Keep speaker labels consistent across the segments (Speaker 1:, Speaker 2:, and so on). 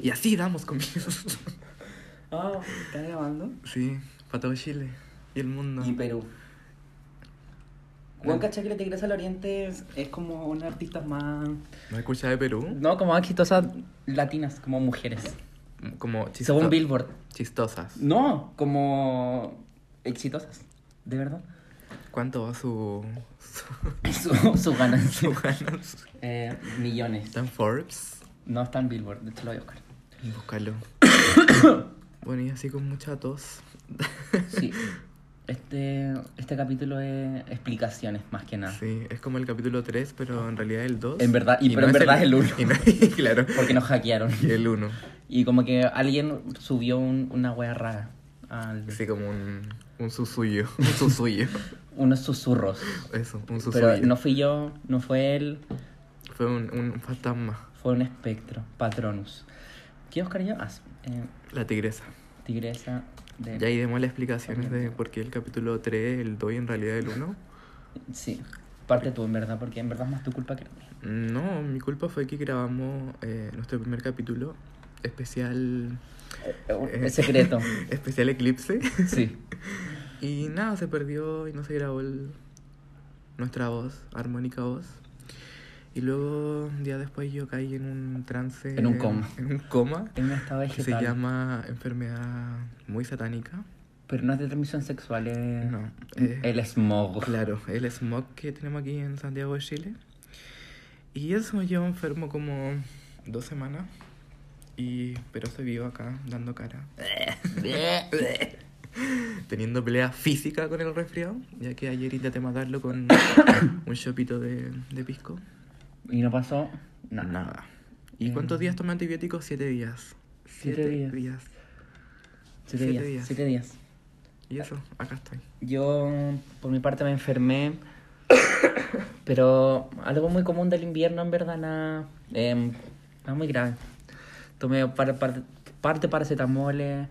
Speaker 1: Y así damos comienzo.
Speaker 2: Ah, ¿están grabando?
Speaker 1: Sí, para todo Chile y el mundo.
Speaker 2: Y Perú. Juan cacha que la Tigresa del Oriente es, es como una artista más.
Speaker 1: ¿No escuchas de Perú?
Speaker 2: No, como más exitosas latinas, como mujeres.
Speaker 1: Como chisto-
Speaker 2: Según Billboard.
Speaker 1: Chistosas.
Speaker 2: ah. No, como. exitosas. De verdad.
Speaker 1: ¿Cuánto va su. su,
Speaker 2: Su, su ganancia.
Speaker 1: su ganas?
Speaker 2: Eh, millones.
Speaker 1: ¿Está en Forbes?
Speaker 2: No está en Billboard, de hecho lo voy a buscar.
Speaker 1: Búscalo. bueno, y así con mucha tos.
Speaker 2: Sí. Este, este capítulo es explicaciones más que nada.
Speaker 1: Sí, es como el capítulo 3, pero en realidad el 2.
Speaker 2: En verdad, y- pero en verdad es el uno.
Speaker 1: Y no- claro.
Speaker 2: Porque nos hackearon.
Speaker 1: Y el 1.
Speaker 2: Y como que alguien subió un- una wea rara. al-
Speaker 1: Así como un, un susuyo. Un susuyo.
Speaker 2: Unos susurros.
Speaker 1: Eso, un susuyo.
Speaker 2: Pero no fui yo, no fue él,
Speaker 1: Fue un, un fantasma.
Speaker 2: fue un espectro, Patronus. ¿Qué Oscar y yo? Ah, sí, eh,
Speaker 1: La tigresa.
Speaker 2: tigresa de...
Speaker 1: Ya ahí demos las explicaciones de por qué el capítulo 3, el 2 y en realidad el 1.
Speaker 2: Sí, parte tú en verdad, porque en verdad es más tu culpa que la mía.
Speaker 1: No, mi culpa fue que grabamos eh, nuestro primer capítulo especial.
Speaker 2: Eh, eh, un-
Speaker 1: eh,
Speaker 2: Es secreto.
Speaker 1: especial Eclipse.
Speaker 2: Sí.
Speaker 1: Y nada, se perdió y no se grabó el- nuestra voz, armónica voz. Y luego, un día después, yo caí en un trance.
Speaker 2: En un coma.
Speaker 1: En un coma.
Speaker 2: En un estado
Speaker 1: Que se
Speaker 2: vegetal.
Speaker 1: llama enfermedad muy satánica.
Speaker 2: Pero no es de transmisión sexual, es...
Speaker 1: No, eh,
Speaker 2: El smog.
Speaker 1: Claro, el smog que tenemos aquí en Santiago de Chile. Y eso llevo enfermo como dos semanas. Y, pero se vivo acá dando cara. Teniendo pelea física con el resfriado, ya que ayer intenté matarlo con un chopito de, de pisco.
Speaker 2: y no pasó nada.
Speaker 1: ¿Y
Speaker 2: Eh.
Speaker 1: cuántos días tomé antibióticos? Siete días.
Speaker 2: Siete días. Siete,
Speaker 1: Siete
Speaker 2: días,
Speaker 1: días.
Speaker 2: Siete días.
Speaker 1: Y eso, acá estoy.
Speaker 2: Yo, por mi parte, me enfermé. pero algo muy común del invierno, en verdad, nada. em, nada muy grave. Tomé par- par- parte paracetamol, eh,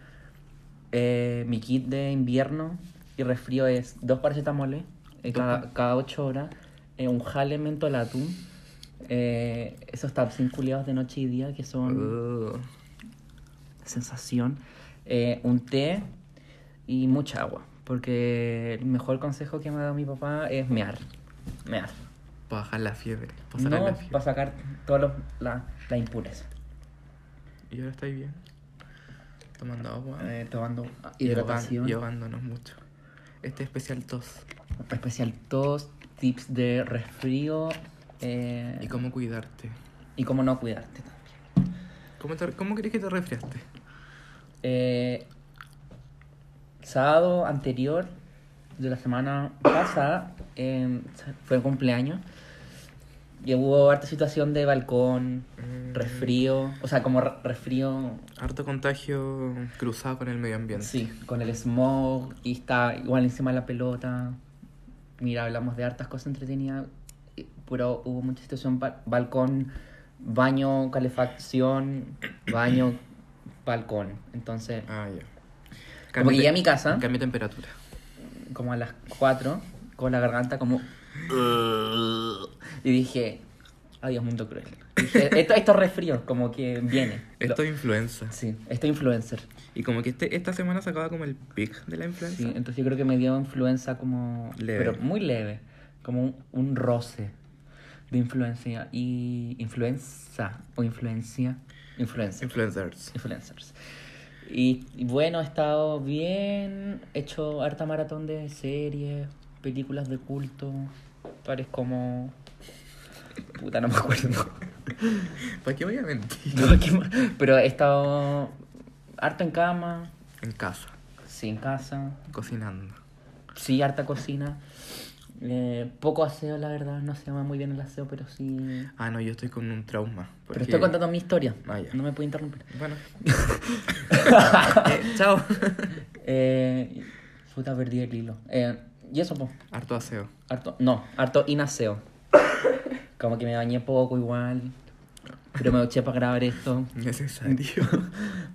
Speaker 2: eh, mi kit de invierno y resfrío es dos paracetamoles eh, cada, cada ocho horas, eh, un jale mentolatum, eh, esos tapsin culiados de noche y día que son
Speaker 1: Ugh.
Speaker 2: sensación, eh, un té y mucha agua. Porque el mejor consejo que me ha dado mi papá es mear. Mear.
Speaker 1: Para bajar la fiebre. Para sacar
Speaker 2: No,
Speaker 1: la fiebre.
Speaker 2: para sacar todas la, la impureza.
Speaker 1: Y ahora estáis bien. Tomando agua.
Speaker 2: Eh, tomando
Speaker 1: Y
Speaker 2: hidratación.
Speaker 1: Llevándonos mucho. Este especial tos.
Speaker 2: Especial tos, tips de resfrío eh,
Speaker 1: Y cómo cuidarte.
Speaker 2: y cómo no cuidarte también.
Speaker 1: ¿Cómo, te- cómo crees que te resfriaste?
Speaker 2: Eh, sábado anterior de la semana pasada eh, fue el cumpleaños y hubo harta situación de balcón,
Speaker 1: Mm.
Speaker 2: resfrío, o sea, como re- resfrío,
Speaker 1: Harto contagio cruzado con el medio ambiente.
Speaker 2: sí, con el smog y está igual encima de la pelota. Mira, hablamos de hartas cosas entretenidas, y- pero hubo mucha situación, ba- balcón, baño, calefacción, baño, balcón. Entonces,
Speaker 1: Ah, ya.
Speaker 2: como que
Speaker 1: Cambio
Speaker 2: llegué a
Speaker 1: te-
Speaker 2: mi casa.
Speaker 1: Cambio de temperatura.
Speaker 2: como a las 4 con la garganta como... Y dije, adiós mundo cruel. Dije, esto, esto es resfrío, como que viene.
Speaker 1: Esto es influenza.
Speaker 2: Lo- sí, esto es influencer.
Speaker 1: Y como que este, esta semana se acaba como el pic de la influenza.
Speaker 2: Sí, entonces yo creo que me dio influenza como...
Speaker 1: Leve.
Speaker 2: Pero muy leve, como un, un roce de influencia y influenza o influencia. Influencer.
Speaker 1: Influencers.
Speaker 2: influencers. Y, y bueno, he estado bien, he hecho harta maratón de series, películas de culto, tales como... Puta, no me acuerdo.
Speaker 1: ¿Para qué voy a mentir?
Speaker 2: No, ¿qué más? Pero he estado harto en cama,
Speaker 1: En casa,
Speaker 2: sí, en casa,
Speaker 1: cocinando.
Speaker 2: sí, harta cocina. eh, poco aseo, la verdad, no se va muy bien el aseo, pero sí...
Speaker 1: Ah, no, yo estoy con un trauma.
Speaker 2: Pero
Speaker 1: porque-
Speaker 2: estoy contando mi historia,
Speaker 1: Ah, ya.
Speaker 2: no me puedo interrumpir.
Speaker 1: Bueno. Eh, chao.
Speaker 2: Eh, puta, perdí el hilo. Eh, y eso, pues.
Speaker 1: Harto aseo.
Speaker 2: Harto, no, harto inaseo. Como que me bañé poco igual. Pero me eché para grabar esto.
Speaker 1: Necesario.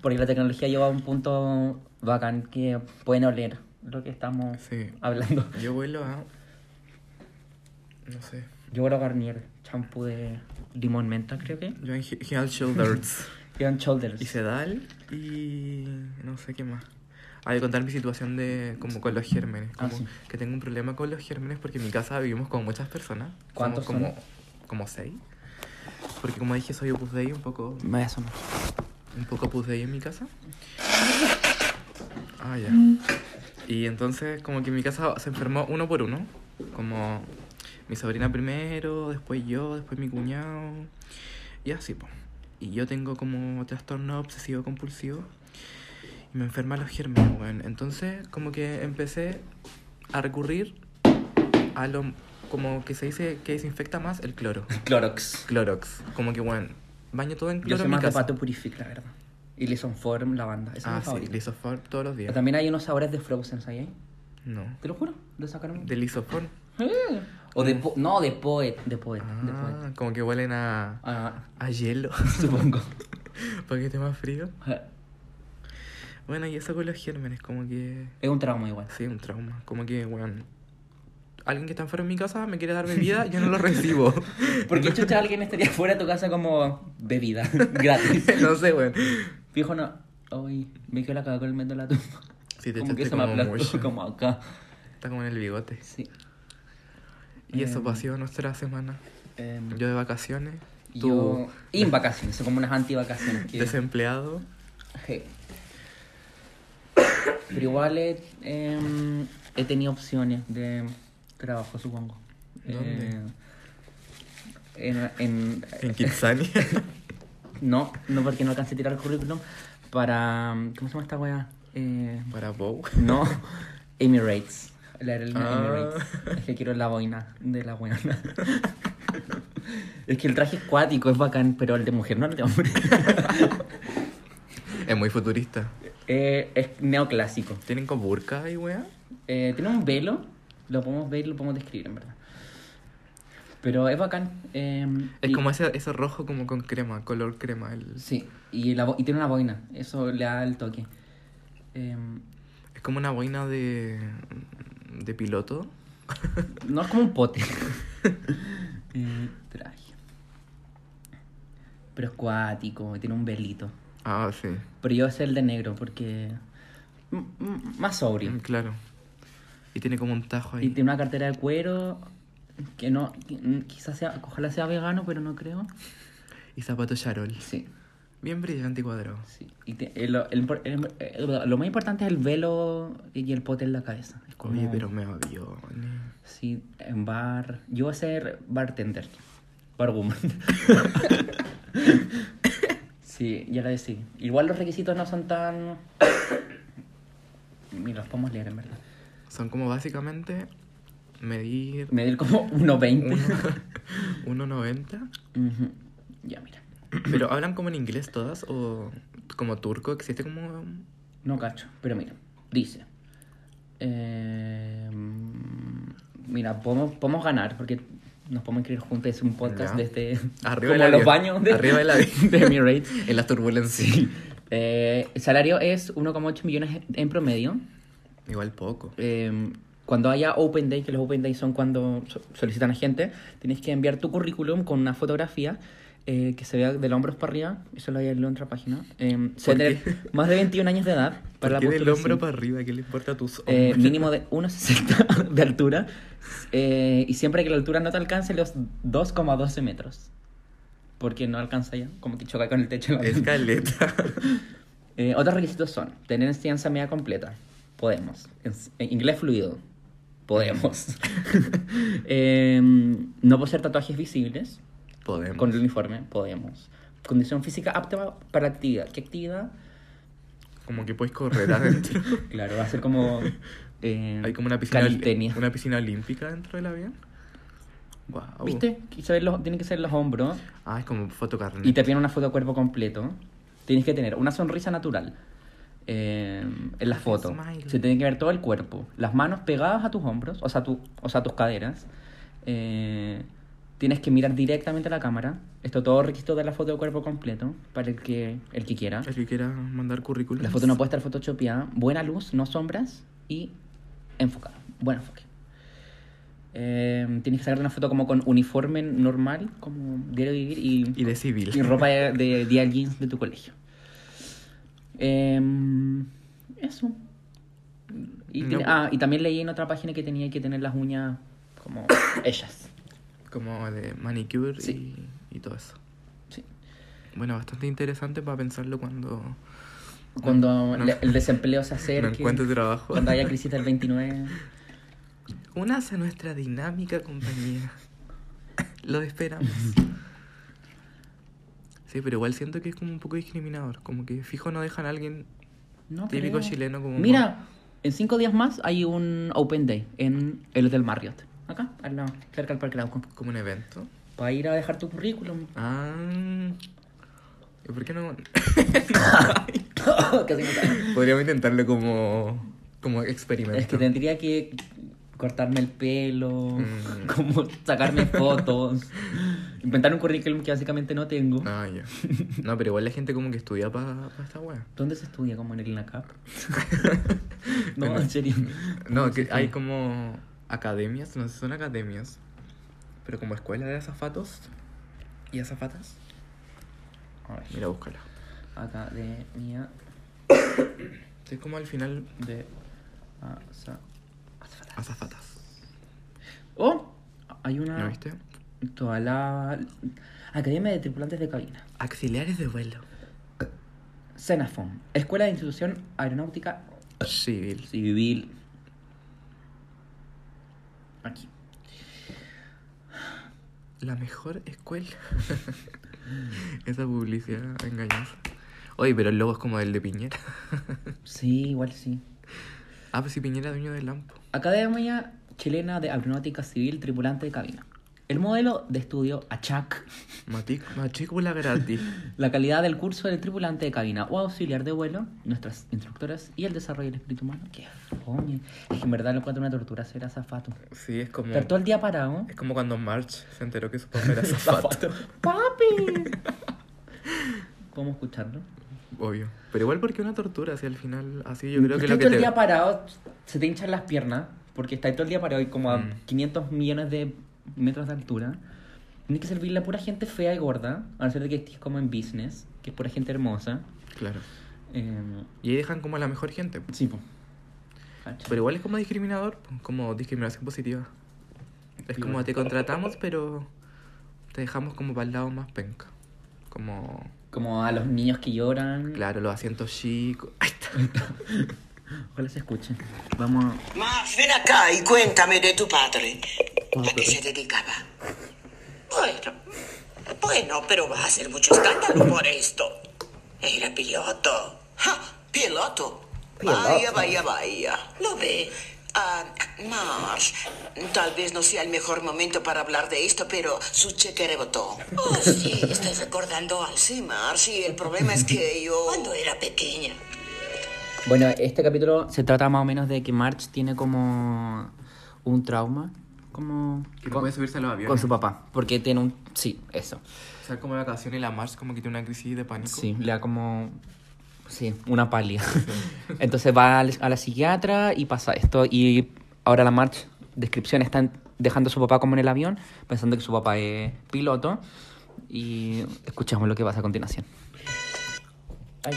Speaker 2: Porque la tecnología lleva a un punto bacán que pueden oler lo que estamos
Speaker 1: Sí.
Speaker 2: hablando.
Speaker 1: Yo vuelo a. No sé.
Speaker 2: Yo vuelo a Garnier, champú de limón menta, creo que.
Speaker 1: Yo en He- Head Shoulders
Speaker 2: Y on shoulders.
Speaker 1: y Sedal y no sé qué más. Ah, de contar mi situación de como con los gérmenes.
Speaker 2: Ah,
Speaker 1: Como
Speaker 2: sí.
Speaker 1: Que tengo un problema con los gérmenes porque en mi casa vivimos con muchas personas. Somos
Speaker 2: ¿Cuántos son?
Speaker 1: como, Como seis. Porque como dije, soy Opus Dei, un poco,
Speaker 2: Vaya sonar.
Speaker 1: un poco Opus Dei en mi casa. Ah, ya. Y entonces como que en mi casa se enfermó uno por uno. Como mi sobrina primero, después yo, después mi cuñado. Y así, pues. Y yo tengo como trastorno obsesivo compulsivo. Y me enferma los gérmenes, weón. Entonces como que empecé a recurrir a lo como que se dice que desinfecta más el cloro.
Speaker 2: Clorox.
Speaker 1: Clorox. Como que, weón, baño todo en
Speaker 2: Yo
Speaker 1: cloro
Speaker 2: soy
Speaker 1: en mi
Speaker 2: más de
Speaker 1: casa.
Speaker 2: Pato Purific, la verdad. Y Lison Form, lavanda. Esa
Speaker 1: Ah,
Speaker 2: es mi
Speaker 1: sí,
Speaker 2: favorita.
Speaker 1: Lisoform todos los días.
Speaker 2: Pero también hay unos sabores de Frozen, ¿sabías?
Speaker 1: No.
Speaker 2: Te lo juro, lo sacaron.
Speaker 1: De Lisoform.
Speaker 2: Eh. O de po- No, de Poet. De Poet. De Poet.
Speaker 1: Ah, como que huelen a,
Speaker 2: Ah,
Speaker 1: a hielo.
Speaker 2: supongo.
Speaker 1: Para que esté más frío. Bueno, y eso con los gérmenes, como que.
Speaker 2: Es un trauma igual.
Speaker 1: Sí, un trauma. Como que, weón. Alguien que está enfermo en mi casa me quiere dar bebida, yo no lo recibo.
Speaker 2: Porque chucha alguien estaría fuera de tu casa como bebida, gratis.
Speaker 1: no sé, weón.
Speaker 2: Fijo no. Ay, vi que la cagó el metro de la tumba.
Speaker 1: Sí, te
Speaker 2: como que
Speaker 1: echaste
Speaker 2: se me
Speaker 1: como
Speaker 2: aplastó
Speaker 1: mucho.
Speaker 2: como acá.
Speaker 1: Está como en el bigote.
Speaker 2: Sí.
Speaker 1: Y eso
Speaker 2: Em.
Speaker 1: pues, ha sido nuestra semana.
Speaker 2: Em,
Speaker 1: Yo de vacaciones, tú
Speaker 2: yo. In vacaciones, son como unas antivacaciones. Que...
Speaker 1: desempleado.
Speaker 2: Sí. Pero igual he, em, he tenido opciones de trabajo, supongo.
Speaker 1: ¿Dónde?
Speaker 2: Eh, en, en, eh,
Speaker 1: En Kitsania.
Speaker 2: no, no porque no alcancé a tirar el currículum para... em, ¿Cómo se llama esta weá? Eh,
Speaker 1: Para Bow.
Speaker 2: no, Emirates. La aerolínea
Speaker 1: Ah.
Speaker 2: Emirates. Es que quiero la boina de la weá. es que el traje es cuático, es bacán, pero el de mujer, no el de hombre.
Speaker 1: Es muy futurista.
Speaker 2: Eh, es neoclásico.
Speaker 1: ¿Tienen con burka y weá?
Speaker 2: Eh, tiene un velo, lo podemos ver y lo podemos describir, en verdad. Pero es bacán. eh,
Speaker 1: Es
Speaker 2: y-
Speaker 1: como ese, ese rojo como con crema, color crema. el-
Speaker 2: Sí, y, la bo- y tiene una boina, eso le da el toque. Eh,
Speaker 1: Es como una boina de, de piloto.
Speaker 2: no es como un pote. Eh, traje. Pero es cuático, tiene un velito.
Speaker 1: Ah, sí.
Speaker 2: Pero yo es el de negro porque. m- m- más sobrio.
Speaker 1: Mm, Claro. Y tiene como un tajo
Speaker 2: Y
Speaker 1: ahí.
Speaker 2: tiene una cartera de cuero que no. que- Quizás sea. Ojalá sea vegano, pero no creo.
Speaker 1: Y zapatos charol.
Speaker 2: Sí.
Speaker 1: Bien brillante y cuadrado.
Speaker 2: Sí, y te- eh, lo, el impor- el- eh, lo más importante es el velo y el pote en la cabeza. Es como-
Speaker 1: Oye, pero me aviones.
Speaker 2: Sí, en bar. Yo voy a ser bartender. Barwoman. sí, ya lo decí. Igual los requisitos no son tan. Ni los podemos leer, en verdad.
Speaker 1: Son como básicamente medir
Speaker 2: Medir como 1.20.
Speaker 1: 1,90.
Speaker 2: Ujú. Ya, mira.
Speaker 1: Pero hablan como en inglés todas o como turco. Existe como...
Speaker 2: No cacho, pero mira, dice. eh, mira, podemos, podemos ganar porque nos podemos inscribir juntos. Es un podcast
Speaker 1: Ya.
Speaker 2: desde.
Speaker 1: Arriba
Speaker 2: como
Speaker 1: del
Speaker 2: los
Speaker 1: avión,
Speaker 2: baños de,
Speaker 1: arriba del avión.
Speaker 2: de Emirates.
Speaker 1: En las turbulencias.
Speaker 2: Eh, el salario es 1,8 millones en promedio.
Speaker 1: Igual poco.
Speaker 2: Eh, cuando haya Open Day, que los Open Day son cuando so- solicitan a gente, tienes que enviar tu currículum con una fotografía eh, que se vea del hombro para arriba. Eso lo hay en la otra página. Eh, se
Speaker 1: ¿Por
Speaker 2: debe tener más de 21 años de edad para la
Speaker 1: ¿Por qué del
Speaker 2: postulación.
Speaker 1: hombro para arriba? ¿Qué le importa a tus
Speaker 2: Eh,
Speaker 1: hombros?
Speaker 2: mínimo de 1,60 de altura. eh, y siempre que la altura no te alcance, los 2,12 metros. Porque no alcanza ya, como que choca con el techo. de la
Speaker 1: Es
Speaker 2: ventana.
Speaker 1: caleta.
Speaker 2: Eh, otros requisitos son tener enseñanza media completa. Podemos. Ens- en inglés fluido. Podemos. Eh, no poseer tatuajes visibles.
Speaker 1: Podemos.
Speaker 2: Con el uniforme, podemos. Condición física apta para actividad. ¿Qué actividad?
Speaker 1: Como que puedes correr adentro.
Speaker 2: Claro, va a ser como. eh,
Speaker 1: Hay como una piscina,
Speaker 2: calistenia.
Speaker 1: una piscina olímpica dentro del avión. Wow.
Speaker 2: ¿Viste? Que se ven los- tienen que ser los hombros
Speaker 1: Ah, es como fotocarnet.
Speaker 2: y te piden una foto de cuerpo completo. Tienes que tener una sonrisa natural eh, en la foto.
Speaker 1: Smile.
Speaker 2: Se tiene que ver todo el cuerpo. Las manos pegadas a tus hombros, o sea, tu, o sea tus caderas. Eh, tienes que mirar directamente a la cámara. Esto todo requisito de la foto de cuerpo completo para el que, el que quiera.
Speaker 1: El que quiera mandar currículum.
Speaker 2: La foto no puede estar photoshopeada. Buena luz, no sombras y enfocada. Buen enfoque. Eh, tienes que sacar una foto como con uniforme normal, como diario de vivir, y,
Speaker 1: Y de civil.
Speaker 2: y ropa de, de día jeans de tu colegio. Em, eso. Y
Speaker 1: No.
Speaker 2: tiene- ah, y también leí en otra página que tenía que tener las uñas como ellas.
Speaker 1: Como de manicure
Speaker 2: Sí.
Speaker 1: y, y todo eso.
Speaker 2: Sí.
Speaker 1: Bueno, bastante interesante para pensarlo cuando
Speaker 2: Cuando
Speaker 1: No.
Speaker 2: le- el desempleo se
Speaker 1: no
Speaker 2: acerque,
Speaker 1: encuentre trabajo.
Speaker 2: cuando haya crisis del 29.
Speaker 1: Unas a nuestra dinámica compañía. Lo esperamos. Sí, pero igual siento que es como un poco discriminador. Como que fijo no dejan a alguien
Speaker 2: No
Speaker 1: típico
Speaker 2: creo.
Speaker 1: chileno como...
Speaker 2: Mira, en cinco días más hay un Open Day en el Hotel Marriott. Acá, al lado, cerca del Parque Lauco.
Speaker 1: Como un evento.
Speaker 2: Para ir a dejar tu currículum.
Speaker 1: Ah... ¿Y por qué no...?
Speaker 2: Casi me sale.
Speaker 1: Podríamos intentarlo como... Como experimento.
Speaker 2: es que tendría que cortarme el pelo,
Speaker 1: Mm.
Speaker 2: como sacarme fotos, inventar un currículum que básicamente no tengo.
Speaker 1: Ah, ya. No, pero igual la gente como que estudia para esta wea.
Speaker 2: ¿Dónde se estudia como en el INACAP? no, en serio.
Speaker 1: No,
Speaker 2: se
Speaker 1: que hay
Speaker 2: estudia?
Speaker 1: como academias, no sé si son academias, pero como escuela de azafatos y azafatas.
Speaker 2: A ver,
Speaker 1: Mira, búscala.
Speaker 2: Academia
Speaker 1: Estoy como al final
Speaker 2: de... Aza-
Speaker 1: azafatas.
Speaker 2: Oh, hay una...
Speaker 1: ¿No viste?
Speaker 2: Toda la Academia de Tripulantes de Cabina.
Speaker 1: Auxiliares de vuelo.
Speaker 2: Cenafon, Escuela de Institución Aeronáutica
Speaker 1: Civil.
Speaker 2: Civil. Aquí.
Speaker 1: La mejor escuela. Esa publicidad engañosa. Oye, pero el logo es como el de Piñera.
Speaker 2: Sí, igual sí.
Speaker 1: Ah, pues si Piñera es dueño del lampo.
Speaker 2: Academia Chilena de Aeronáutica Civil Tripulante de Cabina. El modelo de estudio ACHAC.
Speaker 1: Matic, matrícula gratis.
Speaker 2: La calidad del curso del tripulante de cabina o auxiliar de vuelo, nuestras instructoras y el desarrollo del espíritu humano. Qué coño. Es que en verdad lo encuentro una tortura ser azafato.
Speaker 1: Sí, es como...
Speaker 2: Estar todo el día parado.
Speaker 1: Es como cuando March se enteró que su papá era zapato.
Speaker 2: ¡Papi! ¿Podemos escucharlo?
Speaker 1: Obvio. Pero igual porque una tortura, si al final, así yo creo que
Speaker 2: Porque estás
Speaker 1: lo
Speaker 2: todo
Speaker 1: que
Speaker 2: el
Speaker 1: te...
Speaker 2: día parado, se te hinchan las piernas, porque estás todo el día parado y como a
Speaker 1: Mm.
Speaker 2: 500 millones de metros de altura. Tienes que servirle a pura gente fea y gorda, a no ser de que estés como en business, que es pura gente hermosa.
Speaker 1: Claro.
Speaker 2: Eh,
Speaker 1: Y ahí dejan como a la mejor gente. po.
Speaker 2: sí, po. Cacha.
Speaker 1: Pero igual es como discriminador, po, como discriminación positiva. Es como te contratamos, pero te dejamos como para el lado más penca. Como,
Speaker 2: Como a los niños que lloran.
Speaker 1: claro, los asientos chicos. Ahí está.
Speaker 2: Ojalá se escuchen. Vamos a...
Speaker 3: Mas ven acá y cuéntame de tu padre. ¿A qué se dedicaba? Bueno, bueno, pero va a hacer mucho escándalo por esto. Era piloto. Ja, piloto. Vaya, vaya, vaya. Lo ve. Ah, Marsh, tal vez no sea el mejor momento para hablar de esto, pero su cheque rebotó. Oh, sí, estoy recordando al Sí, Marsh, y el problema es que yo... Cuando era pequeña.
Speaker 2: Bueno, este capítulo se trata más o menos de que March tiene como un trauma, como
Speaker 1: Que no
Speaker 2: con,
Speaker 1: puede subirse a los aviones.
Speaker 2: con su papá, porque tiene un sí, eso.
Speaker 1: O sea, como de vacaciones y la March como que tiene una crisis de pánico.
Speaker 2: Sí, le da como sí, una pálida. Entonces va al- a la psiquiatra y pasa esto y ahora la March descripción están dejando a su papá como en el avión, pensando que su papá es piloto y escuchamos lo que pasa a continuación. Ay.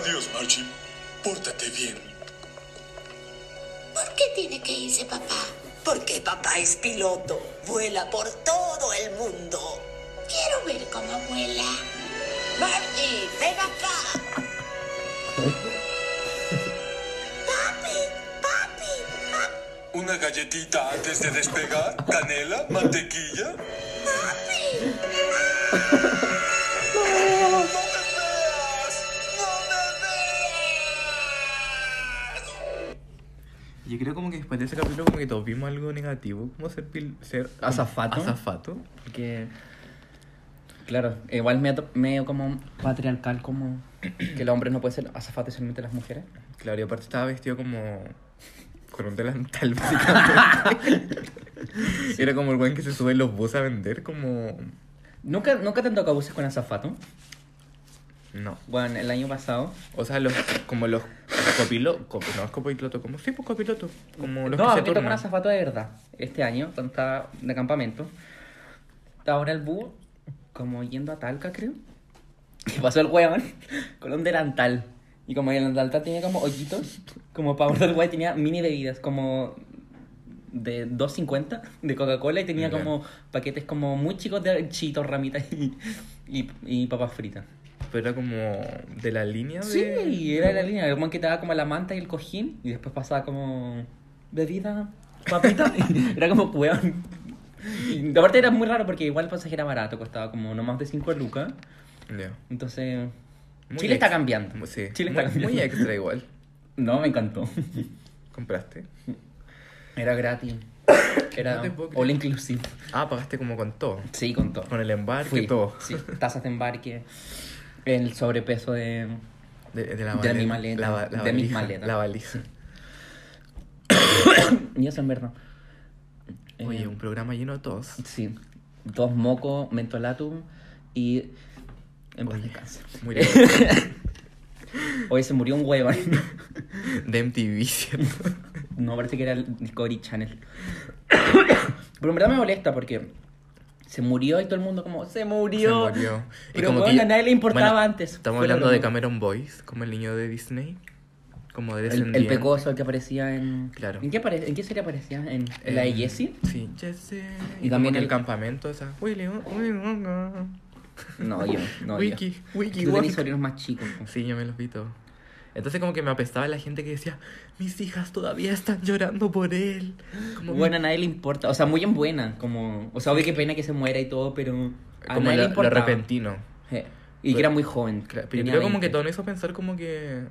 Speaker 4: Adiós, Margie. Pórtate bien.
Speaker 5: ¿Por qué tiene que irse papá?
Speaker 3: Porque papá es piloto, vuela por todo el mundo.
Speaker 5: Quiero ver cómo vuela.
Speaker 3: Margie, ven acá.
Speaker 4: ¿Una galletita antes de despegar? ¿Canela? ¿Mantequilla? ¡Papi! ¡No! ¡No me veas! ¡No me veas!
Speaker 1: Yo creo como que después de ese capítulo como que todos vimos algo negativo. Como ser... pil- ser
Speaker 2: Azafato.
Speaker 1: Azafato.
Speaker 2: Porque, claro, igual medio, medio como patriarcal, como que los hombres no pueden ser azafates solamente las mujeres.
Speaker 1: Claro, y aparte estaba vestido como con un delantal básicamente. Era como el buen que se sube en los buses a vender, como...
Speaker 2: ¿Nunca, nunca te han tocado buses con azafato?
Speaker 1: No.
Speaker 2: Bueno, el año pasado.
Speaker 1: O sea, los, como los Copiloto. no, es copiloto. Como, sí, pues copiloto. Como los
Speaker 2: no,
Speaker 1: que
Speaker 2: a
Speaker 1: se
Speaker 2: mí me tocó una
Speaker 1: turnan.
Speaker 2: azafata de verdad. Este año, cuando estaba de campamento, estaba en el bus, como yendo a Talca, creo. Y pasó el weón con un delantal. Y como el delantal tenía como hoyitos, como para el weón tenía mini bebidas, como de 2.50 de Coca-Cola y tenía
Speaker 1: Ya.
Speaker 2: como paquetes como muy chicos de chitos, ramitas y, y, y papas fritas.
Speaker 1: Pero era como de la línea de...
Speaker 2: Sí, y era la línea. El man que te daba como la manta y el cojín y después pasaba como bebida, papita. era como weón. Y aparte era muy raro porque igual el pasaje era barato, costaba como no más de 5 lucas.
Speaker 1: Ya.
Speaker 2: Entonces,
Speaker 1: Muy
Speaker 2: Chile está
Speaker 1: ex-
Speaker 2: cambiando.
Speaker 1: Mu- Sí.
Speaker 2: Chile
Speaker 1: muy,
Speaker 2: está cambiando.
Speaker 1: muy extra igual.
Speaker 2: No, me encantó.
Speaker 1: ¿Compraste?
Speaker 2: Era gratis. Era
Speaker 1: No te puedo creer.
Speaker 2: all inclusive.
Speaker 1: Ah, pagaste como con todo.
Speaker 2: Sí, con todo.
Speaker 1: Con el embarque
Speaker 2: Fui.
Speaker 1: y todo.
Speaker 2: Sí, tasas de embarque, el sobrepeso de,
Speaker 1: De, la
Speaker 2: De mi
Speaker 1: valija-
Speaker 2: maleta,
Speaker 1: la va- la
Speaker 2: de mis
Speaker 1: valija,
Speaker 2: maletas.
Speaker 1: La valija.
Speaker 2: Y eso en verdad.
Speaker 1: Oye,
Speaker 2: Eh,
Speaker 1: un programa lleno de todos.
Speaker 2: Sí. Dos mocos, mentolatum y. En paz
Speaker 1: Oye,
Speaker 2: descanse.
Speaker 1: Muy bien.
Speaker 2: Hoy se murió un huevón.
Speaker 1: De MTV, ¿cierto?
Speaker 2: No, parece que era el Discovery Channel. Pero en verdad me molesta porque se murió y todo el mundo como, se murió.
Speaker 1: Se murió.
Speaker 2: Pero bueno,
Speaker 1: ya-
Speaker 2: a nadie le importaba
Speaker 1: bueno,
Speaker 2: antes.
Speaker 1: Estamos
Speaker 2: Fue lo
Speaker 1: hablando de
Speaker 2: mismo.
Speaker 1: Cameron Boyce, como el niño de Disney. Como de
Speaker 2: El, el
Speaker 1: descendiente.
Speaker 2: pecoso, el que aparecía en...
Speaker 1: Claro.
Speaker 2: ¿En qué, apare- en qué serie aparecía? ¿En,
Speaker 1: Eh,
Speaker 2: en la de Jessie?
Speaker 1: Sí, Jessie.
Speaker 2: Y
Speaker 1: Y,
Speaker 2: también
Speaker 1: también el,
Speaker 2: el-
Speaker 1: campamento, esa. Willy, Willy Wonka.
Speaker 2: No, yo. No, yo.
Speaker 1: Wiki, Wiki
Speaker 2: Tú
Speaker 1: Wonka.
Speaker 2: tenés sobrinos más chicos. po.
Speaker 1: Sí, yo me los vi todos. Entonces como que me apestaba la gente que decía, mis hijas todavía están llorando por él. Como,
Speaker 2: Bueno, a nadie le importa. O sea, muy en buena. Como, o sea, obvio que pena que se muera y todo, pero. A
Speaker 1: como
Speaker 2: nadie le
Speaker 1: lo, lo
Speaker 2: importa.
Speaker 1: repentino.
Speaker 2: Eh, Y que era muy joven.
Speaker 1: Cla- Pero yo
Speaker 2: tenía
Speaker 1: creo como que
Speaker 2: 20.
Speaker 1: todo me hizo pensar como que...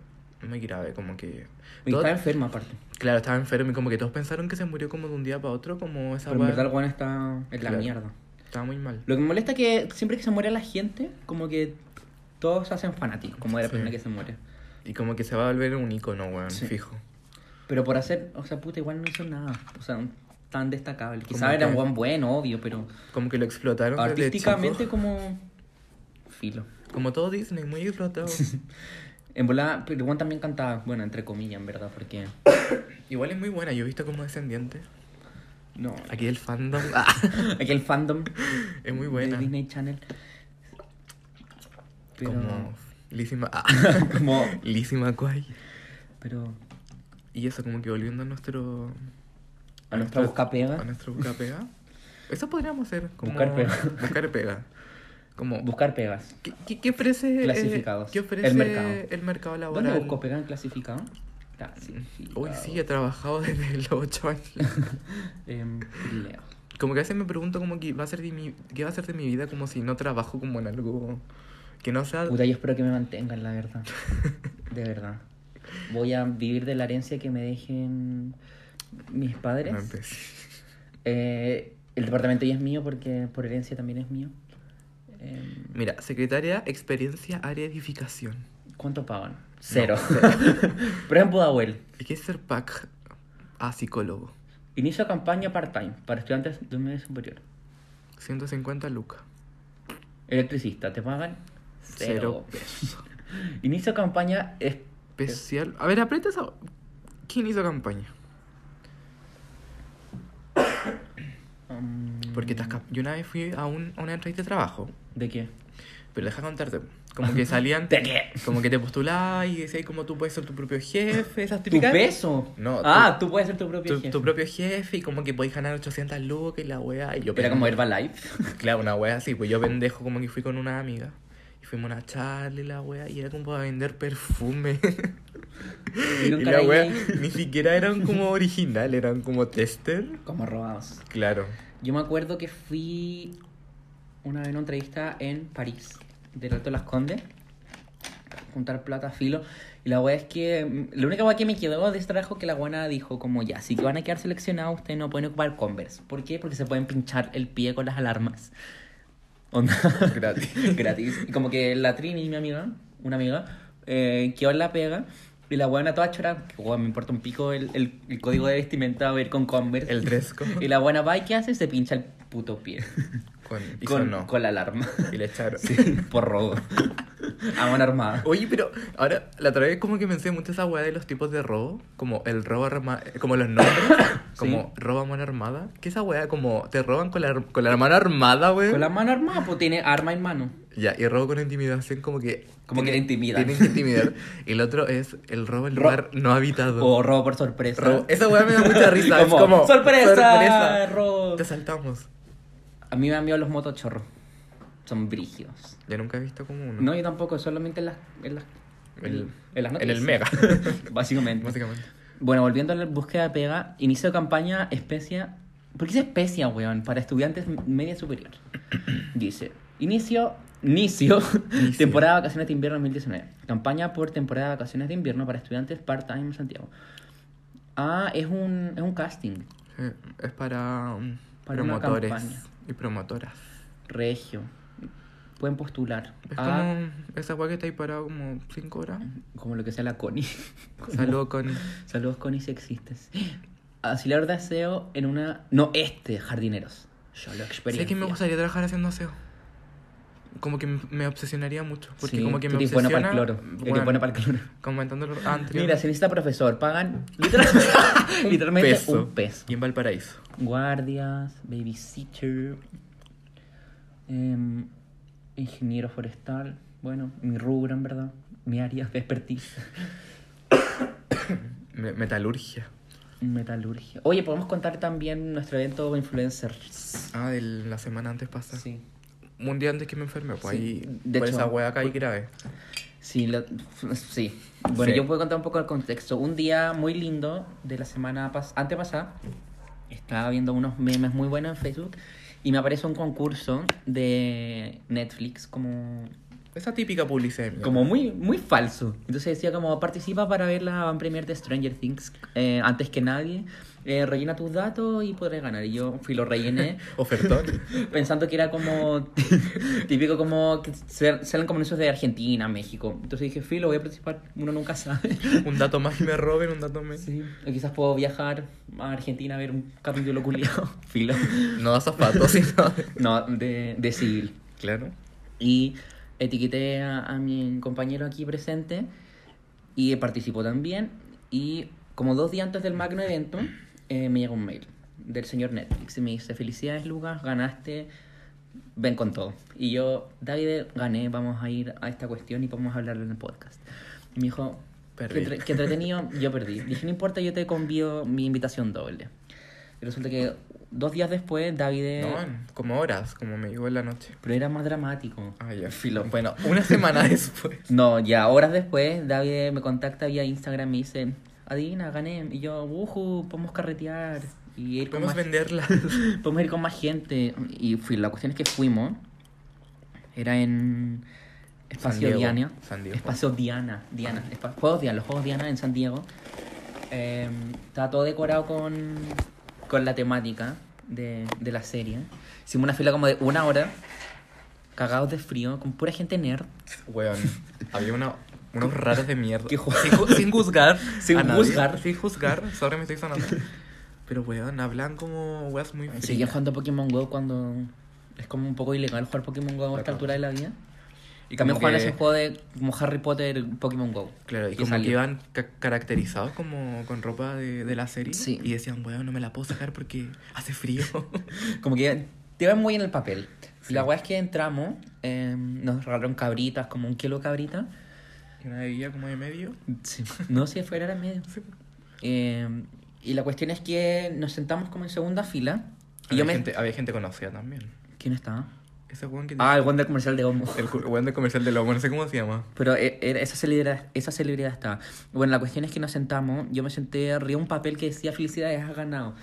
Speaker 1: Muy grave, como que...
Speaker 2: Y
Speaker 1: todo- Ah,
Speaker 2: estaba enferma, aparte.
Speaker 1: Claro, estaba enfermo y como que todos pensaron que se murió como de un día para otro, como esa
Speaker 2: Pero en
Speaker 1: wea-
Speaker 2: verdad, el weón está en la
Speaker 1: Claro.
Speaker 2: mierda.
Speaker 1: Estaba muy mal.
Speaker 2: Lo que me molesta es que siempre que se muere la gente, como que todos se hacen fanáticos, como de la
Speaker 1: Sí.
Speaker 2: persona que se muere.
Speaker 1: Y como que se va a volver un icono, weón,
Speaker 2: Sí.
Speaker 1: fijo.
Speaker 2: Pero por hacer, o sea, puta, igual no hizo nada. O sea, tan destacable.
Speaker 1: Como
Speaker 2: Quizás era un
Speaker 1: que-
Speaker 2: buen bueno, obvio, pero
Speaker 1: Como que lo explotaron desde
Speaker 2: artísticamente,
Speaker 1: chico.
Speaker 2: como. Filo.
Speaker 1: Como todo Disney, muy explotado.
Speaker 2: En volada, pero el weón también cantaba, bueno, entre comillas, en verdad, porque.
Speaker 1: Igual es muy buena, yo he visto como descendiente.
Speaker 2: No,
Speaker 1: Aquí el fandom ah,
Speaker 2: Aquí el fandom
Speaker 1: es muy buena.
Speaker 2: de Disney Channel. Pero,
Speaker 1: Como Lísima. Ah.
Speaker 2: como-
Speaker 1: Lísima Kwai.
Speaker 2: pero
Speaker 1: Y eso, como que volviendo a nuestro.
Speaker 2: a nuestra busca
Speaker 1: A
Speaker 2: pega,
Speaker 1: nuestro busca pega. Eso podríamos hacer. Como
Speaker 2: ¿Ah? Buscar pega.
Speaker 1: Buscar pega. Como.
Speaker 2: buscar pegas.
Speaker 1: ¿Qué, qué, qué ofrece. eh,
Speaker 2: Clasificados.
Speaker 1: ¿Qué ofrece
Speaker 2: El mercado.
Speaker 1: el mercado laboral?
Speaker 2: ¿Dónde busco pega en clasificado? Clasificado.
Speaker 1: Uy, sí, he trabajado desde los 8 años.
Speaker 2: Em, Leo.
Speaker 1: Como que a veces me pregunto como que va a ser de mi, qué va a ser de mi vida como si no trabajo como en algo que no sea...
Speaker 2: Puta, yo espero que me mantengan, la verdad. De verdad. Voy a vivir de la herencia que me dejen mis
Speaker 1: No
Speaker 2: padres.
Speaker 1: empecé.
Speaker 2: Eh, el departamento ya es mío porque por herencia también es mío. Em,
Speaker 1: Mira, secretaria, experiencia, área, edificación.
Speaker 2: ¿Cuánto pagan? Cero. Pero es en Pudahuel.
Speaker 1: ¿Y qué es ser PAC? Ah, psicólogo.
Speaker 2: Inicio campaña part-time para estudiantes de un medio superior.
Speaker 1: 150 lucas.
Speaker 2: Electricista, te pagan cero.
Speaker 1: Cero pesos.
Speaker 2: Inicio campaña es
Speaker 1: Especial... A ver, aprieta esa... ¿Quién hizo campaña?
Speaker 2: um,
Speaker 1: Porque estas cam- yo una vez fui a, un, a una entrevista de trabajo,
Speaker 2: ¿De qué?
Speaker 1: pero deja contarte. Como que salían...
Speaker 2: ¿De qué?
Speaker 1: Como que te postulabas y decías como tú puedes ser tu propio jefe, esas
Speaker 2: ¿Tu
Speaker 1: típicas...
Speaker 2: peso?
Speaker 1: No,
Speaker 2: Ah, tú puedes ser tu propio
Speaker 1: tu,
Speaker 2: jefe.
Speaker 1: tu propio jefe y como que podéis ganar 800 lucas y la weá. Y yo
Speaker 2: Era
Speaker 1: pendejo-
Speaker 2: como Herbalife.
Speaker 1: Claro, una weá así. Pues yo pendejo como que fui con una amiga. Y fuimos a una charla y la weá. Y era como para vender perfume.
Speaker 2: Y
Speaker 1: y
Speaker 2: un
Speaker 1: la
Speaker 2: cara
Speaker 1: weá
Speaker 2: ahí
Speaker 1: ni siquiera eran como original, eran como tester.
Speaker 2: Como robados.
Speaker 1: Claro.
Speaker 2: Yo me acuerdo que fui una vez a una entrevista en París, del Alto de las Condes, a juntar plata, filo. Y la weá es que, mm, la única weá que me quedó de este trabajo que la buena dijo, como ya, si que van a quedar seleccionados, ustedes no pueden ocupar Converse. ¿Por qué? Porque se pueden pinchar el pie con las alarmas. Onda. Gratis. Gratis. Y como que la Trini, mi amiga, una amiga, eh, quedó en la pega. Y la buena toda chorada, que weón, me importa un pico el, el- el código de vestimenta, voy a ir con Converse.
Speaker 1: El dresco.
Speaker 2: Y la buena va y ¿qué hace? Se pincha el puto pie.
Speaker 1: Con, y
Speaker 2: Con,
Speaker 1: sonó.
Speaker 2: con la alarma.
Speaker 1: Y le echaron.
Speaker 2: Por robo. A mano armada.
Speaker 1: Oye, pero ahora, la otra vez como que pensé mucho esa weá de los tipos de robo, como el robo arma- eh, como los nombres, como robo a mano armada. ¿Qué esa weá? Como te roban con la, ar- con la mano armada, weón.
Speaker 2: Con la mano armada, pues tiene arma en mano.
Speaker 1: Ya, y robo con intimidación como que...
Speaker 2: Como que te intimidan.
Speaker 1: Tienen que intimidar. Y el otro es el robo en
Speaker 2: Ro-
Speaker 1: lugar no habitado.
Speaker 2: O robo por sorpresa.
Speaker 1: Robo. Esa weá me da mucha risa. es
Speaker 2: Como,
Speaker 1: como...
Speaker 2: "Sorpresa, robo".
Speaker 1: Te saltamos.
Speaker 2: A mí me han miedo los motochorros. Son brígidos.
Speaker 1: Yo nunca he visto como uno.
Speaker 2: No, yo tampoco, solamente en las. En las
Speaker 1: El-
Speaker 2: Mm. en las
Speaker 1: en el
Speaker 2: noticias.
Speaker 1: mega.
Speaker 2: Básicamente.
Speaker 1: Básicamente.
Speaker 2: Bueno, volviendo a la búsqueda de pega, inicio de campaña, especia. ¿Por qué es especia, weón? Para estudiantes media superior. Dice: Inicio, inicio,
Speaker 1: Inicio.
Speaker 2: temporada de vacaciones de invierno 2019. Campaña por temporada de vacaciones de invierno para estudiantes part-time en Santiago. Ah, es un, es un casting.
Speaker 1: Eh, Es para, um,
Speaker 2: Para una campaña.
Speaker 1: promotores y promotoras.
Speaker 2: Regio. Pueden postular.
Speaker 1: Es
Speaker 2: Ah,
Speaker 1: como esa weá que está ahí parado como 5 horas.
Speaker 2: como lo que sea la Connie.
Speaker 1: Saludo con...
Speaker 2: Saludos, Connie, si existes. Auxiliar de aseo en una. No, este, jardineros. Yo lo experiencia.
Speaker 1: Sé que me gustaría trabajar haciendo aseo. Como que me obsesionaría mucho. Porque
Speaker 2: Sí,
Speaker 1: como que
Speaker 2: tú
Speaker 1: me
Speaker 2: eres bueno
Speaker 1: obsesiona.
Speaker 2: pa'l cloro, eres bueno pa'l cloro.
Speaker 1: Comentando lo anterior.
Speaker 2: Mira, se necesita profesor. Pagan literal- literalmente un peso.
Speaker 1: Y en Valparaíso.
Speaker 2: Guardias, babysitter, em, ingeniero forestal. Bueno, mi rubro, en verdad. Mi área de expertise.
Speaker 1: Me- metalurgia.
Speaker 2: Metalurgia. Oye, podemos contar también nuestro evento influencers.
Speaker 1: Ah, de la semana antes pasa.
Speaker 2: Sí.
Speaker 1: Un día antes que me enferme, pues
Speaker 2: Sí,
Speaker 1: ahí.
Speaker 2: de
Speaker 1: por
Speaker 2: hecho,
Speaker 1: esa hueá caí grave.
Speaker 2: Sí, lo- sí. Bueno,
Speaker 1: Sí.
Speaker 2: yo puedo contar un poco el contexto. Un día muy lindo de la semana pas- antepasada, estaba viendo unos memes muy buenos en Facebook y me aparece un concurso de Netflix como,
Speaker 1: Esa típica publicidad.
Speaker 2: como muy, muy falso. Entonces decía como, participa para ver la van premier de Stranger Things eh, antes que nadie, eh, rellena tus datos y podrás ganar. Y yo fui, lo rellené
Speaker 1: Ofertón.
Speaker 2: pensando que era como típico como que ser- salen como anuncios de Argentina, México. Entonces dije, filo, voy a participar, uno nunca sabe.
Speaker 1: un dato más y me roben, un dato menos.
Speaker 2: Sí, o quizás puedo viajar a Argentina a ver un capítulo culiado, filo.
Speaker 1: No da zapatos, sino.
Speaker 2: No, de, de civil.
Speaker 1: claro.
Speaker 2: Y etiqueté a, a mi compañero aquí presente y participó también. Y como dos días antes del magno evento, eh, me llegó un mail del señor Netflix y me dice, felicidades Lucas, ganaste, ven con todo. Y yo, David, gané, vamos a ir a esta cuestión y podemos hablar en el podcast. Y me dijo, que
Speaker 1: Perdí.
Speaker 2: entre- que entretenido, yo perdí. Dije, no importa, yo te convido mi invitación doble. Y resulta que dos días después, David...
Speaker 1: No, como horas, como me llegó en la noche.
Speaker 2: Pero era más dramático.
Speaker 1: Ah, ya. Bueno, una semana después.
Speaker 2: No, ya horas después, David me contacta vía Instagram y me dice, Adina, gané. Y yo, uhu, podemos carretear. Y ir con
Speaker 1: Podemos
Speaker 2: más-
Speaker 1: venderla.
Speaker 2: podemos ir con más gente. Y fui, la cuestión es que fuimos. Era en Espacio
Speaker 1: San Diego,
Speaker 2: Diana.
Speaker 1: San Diego.
Speaker 2: Espacio Diana. Diana. espa- Juegos Diana, los Juegos Diana en San Diego. Eh, estaba todo decorado con, con la temática de, de la serie. Hicimos una fila como de una hora, cagados de frío, con pura gente nerd.
Speaker 1: Weón, había una- unos raros de mierda.
Speaker 2: Qué jue-
Speaker 1: sin, ju- sin juzgar.
Speaker 2: Sin
Speaker 1: a nadie,
Speaker 2: juzgar.
Speaker 1: Sin juzgar. Sorry, me estoy sonando. Pero weón, hablan como weas muy frías.
Speaker 2: Seguía jugando Pokémon GO cuando es como un poco ilegal jugar Pokémon GO a esta
Speaker 1: Claro.
Speaker 2: altura de la vida.
Speaker 1: Y
Speaker 2: Y
Speaker 1: como
Speaker 2: también juegan
Speaker 1: que-
Speaker 2: ese juego de como Harry Potter Pokémon GO.
Speaker 1: Claro, y
Speaker 2: que
Speaker 1: como
Speaker 2: salió.
Speaker 1: que iban ca- caracterizados como con ropa de, de la serie.
Speaker 2: Sí.
Speaker 1: Y decían, weón, no me la puedo sacar porque hace frío.
Speaker 2: Como que te iban muy en el papel. La weá es que entramos, eh, nos regalaron cabritas, como un kilo de cabrita.
Speaker 1: Y una bebida como de medio.
Speaker 2: Sí, No sé, fuera era medio. Eh, y la cuestión es que nos sentamos como en segunda fila. Y
Speaker 1: Había,
Speaker 2: yo me...
Speaker 1: gente, había gente conocida también.
Speaker 2: ¿Quién estaba?
Speaker 1: Ese weón que.
Speaker 2: Ah, el Wonder comercial de Homo.
Speaker 1: El cu- weón de comercial de Lobo, no sé cómo se llama.
Speaker 2: Pero e- era- esa celebridad, esa celebridad estaba. Bueno, la cuestión es que nos sentamos. Yo me senté arriba de un papel que decía felicidades, has ganado.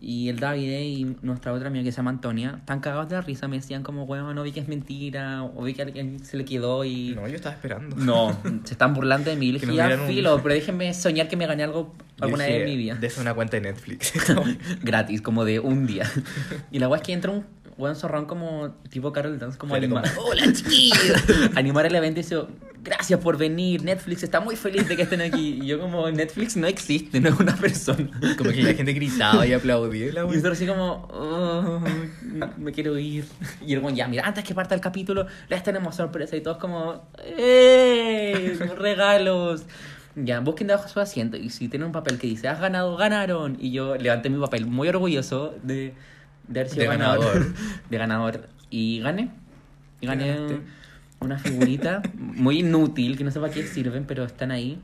Speaker 2: Y el David y nuestra otra amiga que se llama Antonia, tan cagados de la risa, me decían como, bueno, no vi que es mentira, o vi que alguien se le quedó y...
Speaker 1: No, yo estaba esperando.
Speaker 2: No, se están burlando de mí. Le
Speaker 1: Que nos
Speaker 2: dije, ya,
Speaker 1: dieran un-
Speaker 2: filo, pero déjenme soñar que me gané algo
Speaker 1: Yo
Speaker 2: alguna
Speaker 1: dije,
Speaker 2: vez en mi vida.
Speaker 1: "Dese una cuenta de Netflix.
Speaker 2: Gratis, como de un día. Y la weá es que entra un buen zorrón como tipo Carol Dance, como
Speaker 1: Sale
Speaker 2: animar.
Speaker 1: como, "Hola, chiquillos".
Speaker 2: animar el evento y se gracias por venir, Netflix está muy feliz de que estén aquí. Y yo como, Netflix no existe, no es una persona.
Speaker 1: Como que la gente gritaba y aplaudía. La
Speaker 2: Y
Speaker 1: wea.
Speaker 2: nosotros así como, "Oh, me quiero ir. Y el weón, ya, mira, antes que parta el capítulo, les tenemos sorpresa. Y todos como, ¡eh! ¡Regalos! Ya, busquen debajo de su asiento. Y si tienen un papel que dice, has ganado, ganaron. Y yo levanté mi papel muy orgulloso de, de haber sido
Speaker 1: De
Speaker 2: ganador.
Speaker 1: ganador.
Speaker 2: De ganador. Y gané. Y gané
Speaker 1: ganaste?
Speaker 2: una figurita muy inútil, que no sé para qué sirven, pero están ahí.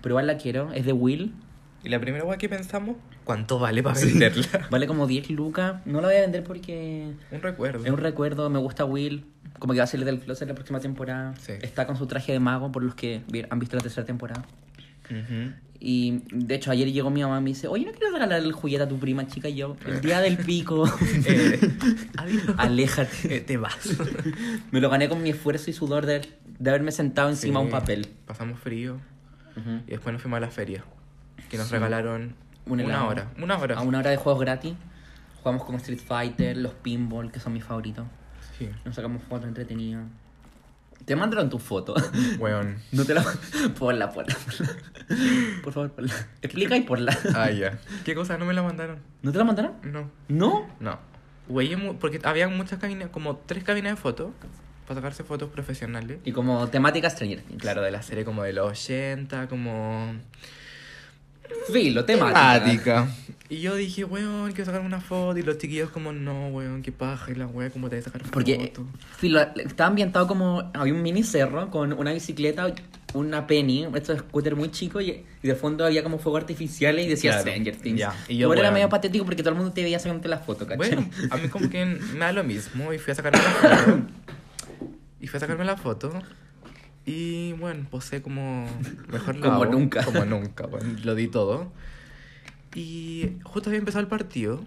Speaker 2: Pero igual la quiero. Es de Will.
Speaker 1: Y la primera wea que pensamos, ¿cuánto vale para venderla?
Speaker 2: Vale como 10 lucas. No la voy a vender porque
Speaker 1: Un recuerdo.
Speaker 2: es un recuerdo. Me gusta Will. Como que va a salir del closet la próxima temporada.
Speaker 1: Sí.
Speaker 2: Está con su traje de mago por los que vi- han visto la tercera temporada.
Speaker 1: Ujú.
Speaker 2: Y de hecho ayer llegó mi mamá y me dice, oye, ¿no quieres regalar el juguete a tu prima chica? Y yo, el día del pico.
Speaker 1: Eh, adiós.
Speaker 2: Aléjate.
Speaker 1: Eh, te vas.
Speaker 2: Me lo gané con mi esfuerzo y sudor de, de haberme sentado encima de un
Speaker 1: Sí,
Speaker 2: papel.
Speaker 1: Pasamos frío
Speaker 2: Ujú.
Speaker 1: y después nos fuimos a la feria. Que nos regalaron
Speaker 2: Un
Speaker 1: una
Speaker 2: helado.
Speaker 1: hora. Una hora.
Speaker 2: A una hora de juegos gratis. Jugamos con Street Fighter, los pinball, que son mis favoritos.
Speaker 1: Sí.
Speaker 2: Nos sacamos fotos entretenidas. Te mandaron tus fotos.
Speaker 1: Weón.
Speaker 2: No te la. Ponla, ponla, ponla. Por favor, ponla. Explica y ponla.
Speaker 1: Ah, ya. ¿Qué cosa? No me la mandaron.
Speaker 2: ¿No te la mandaron?
Speaker 1: No.
Speaker 2: ¿No?
Speaker 1: No. Güey, mu- porque había muchas cabinas, como tres cabinas de fotos, para sacarse fotos profesionales.
Speaker 2: Y como temática Stranger Things.
Speaker 1: Claro, de la serie como de los 80, como...
Speaker 2: Filo, temática.
Speaker 1: Y yo dije, weón, quiero sacar una foto. Y los chiquillos como, no, weón, qué paja. Y la weón, ¿cómo te voy a sacar foto?
Speaker 2: Porque filo, estaba ambientado como. Había un mini cerro con una bicicleta, una penny, estos scooter muy chico y, y de fondo había como fuegos artificiales y decía
Speaker 1: Claro,
Speaker 2: Stranger Things.
Speaker 1: ya. Y yo,
Speaker 2: Igual era
Speaker 1: bueno.
Speaker 2: medio patético porque todo el mundo te veía sacándote las fotos, ¿cachai?
Speaker 1: Bueno, a mí como que me da lo mismo. Y fui a sacarme la foto. Y fui a sacarme la foto. Y bueno, posé como... Mejor lo
Speaker 2: Como
Speaker 1: hago,
Speaker 2: nunca.
Speaker 1: Como nunca, weón. Lo di todo. Y justo había empezado el partido.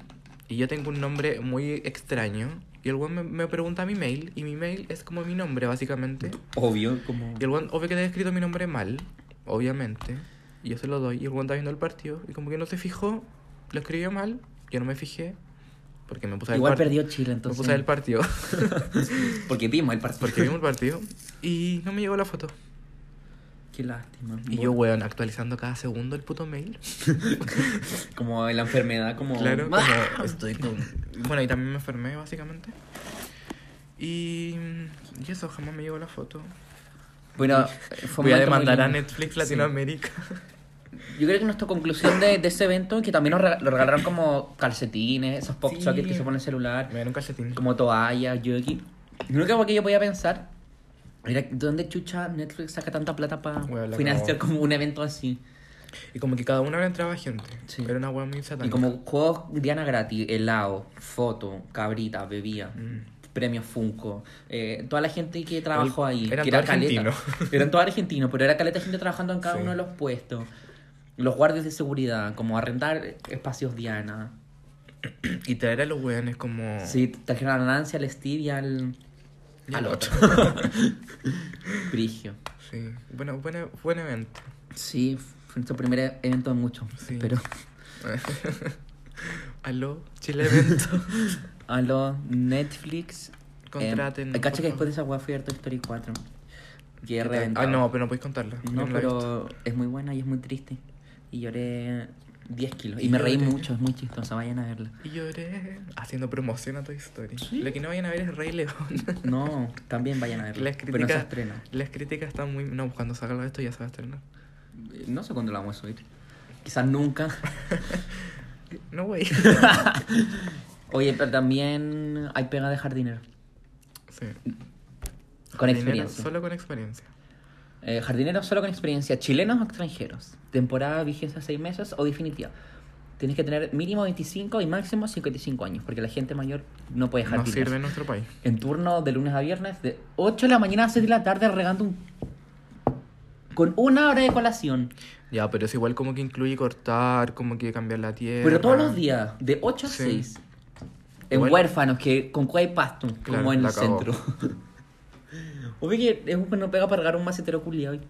Speaker 1: Y yo tengo un nombre muy extraño. Y el weón me, me pregunta mi mail. Y mi mail es como mi nombre, básicamente.
Speaker 2: Obvio, como.
Speaker 1: Y el weón, obvio que te he escrito mi nombre mal, obviamente. Y yo se lo doy. Y el weón está viendo el partido. Y como que no se fijó, lo escribió mal. Yo no me fijé. Porque me puse a ver
Speaker 2: Igual
Speaker 1: el par-
Speaker 2: perdió Chile
Speaker 1: Me
Speaker 2: entonces.
Speaker 1: puse a ver el partido.
Speaker 2: Porque vimos el partido.
Speaker 1: porque vimos el partido. Y no me llegó la foto.
Speaker 2: Qué lástima.
Speaker 1: Y yo, weón, actualizando cada segundo el puto mail.
Speaker 2: Como la enfermedad, como.
Speaker 1: Claro,
Speaker 2: ¡Ah!
Speaker 1: como estoy con. Bueno, y también me enfermé, básicamente. Y. Y eso, jamás me llegó la foto.
Speaker 2: Bueno, eh, fue un
Speaker 1: Mm. Voy a
Speaker 2: momento muy
Speaker 1: demandar a
Speaker 2: lindo.
Speaker 1: Netflix Latinoamérica.
Speaker 2: Yo creo que nuestra conclusión de, de ese evento, que también nos rega- nos regalaron como calcetines, esos pop
Speaker 1: Sí.
Speaker 2: sockets que se ponen en el celular,
Speaker 1: Me dieron un calcetín.
Speaker 2: como toallas, yogi. Lo único que yo podía pensar era, ¿dónde chucha Netflix saca tanta plata para
Speaker 1: Weón, la
Speaker 2: financiar
Speaker 1: cagó.
Speaker 2: como un evento así?
Speaker 1: Y como que cada una hora entraba gente.
Speaker 2: Sí.
Speaker 1: Era una weá muy satánica.
Speaker 2: Y como juegos Diana gratis, helado, foto, cabrita, bebía,
Speaker 1: Mm.
Speaker 2: premios Funko, eh, toda la gente que trabajó ahí.
Speaker 1: Eran
Speaker 2: que
Speaker 1: todos
Speaker 2: era caleta.
Speaker 1: argentinos.
Speaker 2: Eran todos argentinos, pero era caleta gente trabajando en cada
Speaker 1: Sí.
Speaker 2: uno de los puestos. Los guardias de seguridad, como arrendar espacios Diana.
Speaker 1: Y traer a los weones como.
Speaker 2: Sí, trajeron a la Nancy, al Steve y
Speaker 1: Ah.
Speaker 2: al.
Speaker 1: Y
Speaker 2: al
Speaker 1: al
Speaker 2: otro. Brigio.
Speaker 1: Sí. Bueno, buen, buen evento.
Speaker 2: Sí, fue nuestro primer evento de muchos.
Speaker 1: Sí.
Speaker 2: Pero.
Speaker 1: Aló, Chile Evento.
Speaker 2: A lo Netflix.
Speaker 1: Contraten,
Speaker 2: Eh, cacha
Speaker 1: por
Speaker 2: que después
Speaker 1: favor.
Speaker 2: de esa weá fui a ver Toy Story 4. Y he
Speaker 1: ah,
Speaker 2: reventado.
Speaker 1: no, pero no podéis contarla. yo
Speaker 2: No,
Speaker 1: la he visto.
Speaker 2: pero es muy buena y es muy triste. Y lloré 10 kilos. Y
Speaker 1: Y
Speaker 2: me
Speaker 1: yo
Speaker 2: reí
Speaker 1: lloré.
Speaker 2: mucho, es muy chistosa, vayan a verla.
Speaker 1: Y lloré haciendo promoción a Toy Story. Lo que no vayan a ver es Rey León.
Speaker 2: No, también vayan a verla.
Speaker 1: Las
Speaker 2: Pero no se
Speaker 1: críticas,
Speaker 2: estrena.
Speaker 1: las críticas están muy... No, cuando salga esto ya se va a estrenar.
Speaker 2: Eh, No sé cuándo la vamos a subir. Quizás nunca.
Speaker 1: No, güey.
Speaker 2: Oye, pero también hay pega de jardinero.
Speaker 1: Sí.
Speaker 2: Con
Speaker 1: Dinero
Speaker 2: experiencia.
Speaker 1: Solo con experiencia.
Speaker 2: Eh, jardineros solo con experiencia, chilenos o extranjeros. Temporada vigencia 6 meses o definitiva. Tienes que tener mínimo 25 y máximo 55 años, porque la gente mayor no puede
Speaker 1: No
Speaker 2: jardineros.
Speaker 1: sirve en nuestro país.
Speaker 2: En turno de lunes a viernes, de 8 de la mañana a 6 de la tarde, regando un... con una hora de colación.
Speaker 1: Ya, pero es igual como que incluye cortar, como que cambiar la tierra.
Speaker 2: Pero todos los días, de 8 a
Speaker 1: Sí.
Speaker 2: 6. En
Speaker 1: Igual-
Speaker 2: huérfanos, que con cueva y pasto,
Speaker 1: Claro,
Speaker 2: como en
Speaker 1: la
Speaker 2: el
Speaker 1: cagó.
Speaker 2: centro. Obvio que es un no pega para regar un macetero culiado y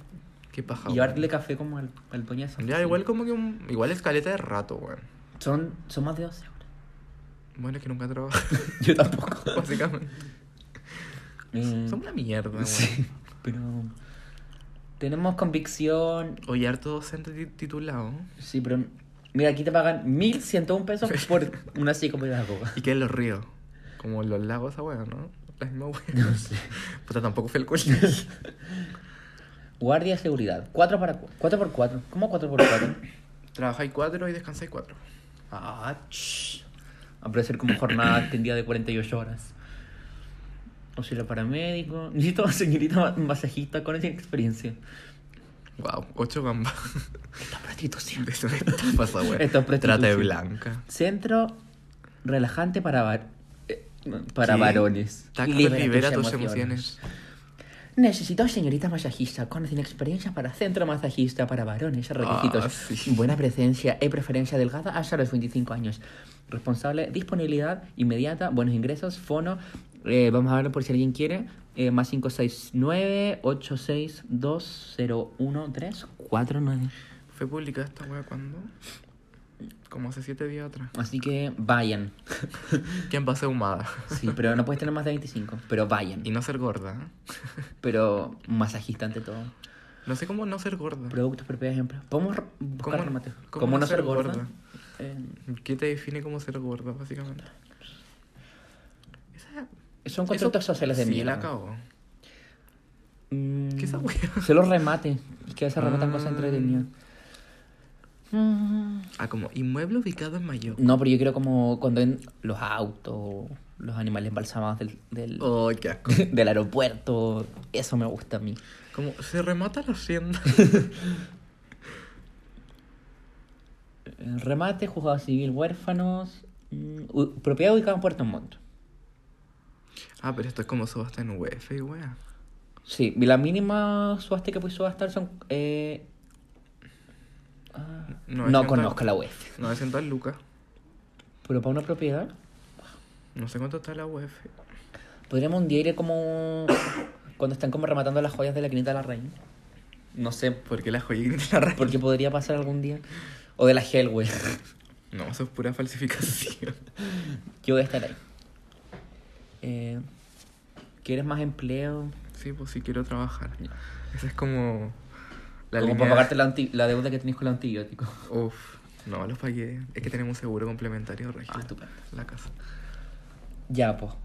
Speaker 1: Qué paja.
Speaker 2: y
Speaker 1: güey.
Speaker 2: llevarle café como al, al poñazo.
Speaker 1: Ya, igual como que un, igual escaleta de rato, weón.
Speaker 2: Son, son más de 12 horas.
Speaker 1: Bueno, es que nunca trabajo,
Speaker 2: Yo tampoco.
Speaker 1: básicamente.
Speaker 2: Eh,
Speaker 1: Son una mierda, weón.
Speaker 2: sí, pero Tenemos convicción.
Speaker 1: Oye, harto docente ti- titulado.
Speaker 2: Sí, pero. Mira, aquí te pagan 1101 pesos por una psicopedagoga.
Speaker 1: ¿Y qué es los ríos? Como los lagos, esa wea, ¿no? La misma wea. No sé. Puta, tampoco fui al colegio.
Speaker 2: Guardia de seguridad. 4 para 4. 4 por 4. ¿Cómo 4 por 4?
Speaker 1: Trabajáis cuatro y descansáis cuatro.
Speaker 2: Ah, ch. Va a ser como jornada extendida de 48 horas. Auxilio paramédico. Necesito una señorita masajista con esa experiencia.
Speaker 1: Wow, ocho gambas.
Speaker 2: Esta prostitución.
Speaker 1: Esto me está pasando, wea.
Speaker 2: Esto es prostitución.
Speaker 1: Trata de blanca.
Speaker 2: Centro relajante para, var- eh, para
Speaker 1: Sí.
Speaker 2: varones.
Speaker 1: Taca,
Speaker 2: tus
Speaker 1: libera tus emociones.
Speaker 2: Necesito señorita masajista con sin experiencia para centro masajista para varones. Requisitos.
Speaker 1: Ah, sí.
Speaker 2: Buena presencia y preferencia delgada hasta los 25 años. Responsable, disponibilidad inmediata, buenos ingresos, fono. Eh, vamos a verlo por si alguien quiere. Eh, más 569-86201-349.
Speaker 1: Fue publicada esta wea cuando? Como hace siete días atrás.
Speaker 2: Así que vayan.
Speaker 1: ¿Quién va a ser humada?
Speaker 2: Sí, pero no puedes tener más de 25. Pero vayan.
Speaker 1: Y no ser gorda. ¿eh?
Speaker 2: Pero masajista ante todo.
Speaker 1: No sé cómo no ser gorda.
Speaker 2: Productos, propiedades, ejemplos. ¿Podemos r- buscar
Speaker 1: ¿Cómo-
Speaker 2: remate?
Speaker 1: cómo
Speaker 2: ¿Cómo
Speaker 1: no
Speaker 2: no
Speaker 1: ser
Speaker 2: ser gorda?
Speaker 1: gorda?
Speaker 2: Eh,
Speaker 1: ¿Qué te define como ser gorda, básicamente? Esa-
Speaker 2: son contratos
Speaker 1: eso-
Speaker 2: sociales de
Speaker 1: sí,
Speaker 2: mierda.
Speaker 1: la cago.
Speaker 2: Mm,
Speaker 1: ¿Qué esa wea?
Speaker 2: Se los remate. Es que se rematan
Speaker 1: Ah.
Speaker 2: cosas entretenidas. Mm.
Speaker 1: Ah, como inmueble ubicado en Mayo.
Speaker 2: No, pero yo quiero como cuando en los autos, los animales embalsamados del, del,
Speaker 1: Oh, qué asco.
Speaker 2: del aeropuerto. Eso me gusta a mí.
Speaker 1: Como se remata la hacienda.
Speaker 2: Eh, Remate, juzgado civil, huérfanos. mm, u- propiedad ubicada en Puerto Montt.
Speaker 1: ah, pero esto es como subasta en UF y wea.
Speaker 2: Sí, y la mínima subaste que puedes subastar son. eh, ah,
Speaker 1: No,
Speaker 2: no
Speaker 1: es cierto.
Speaker 2: conozco la UEF.
Speaker 1: 900 lucas.
Speaker 2: Pero para una propiedad,
Speaker 1: No sé cuánto está la UF.
Speaker 2: podríamos un día ir como. cuando están como rematando las joyas de la Quinita de la Reina. No sé,
Speaker 1: ¿Por qué la joyería de la ra-
Speaker 2: porque podría pasar algún día. O de la Hellway.
Speaker 1: No, eso es pura falsificación.
Speaker 2: Yo voy a estar ahí. Eh, ¿Quieres más empleo?
Speaker 1: sí, pues sí quiero trabajar. Esa es como la
Speaker 2: como
Speaker 1: línea.
Speaker 2: para pagarte la, anti- la deuda que tenés con el antibiótico.
Speaker 1: Uf, no, los pagué. Es que tenemos seguro complementario, regio.
Speaker 2: Ah, estupendo.
Speaker 1: La casa.
Speaker 2: Ya, po.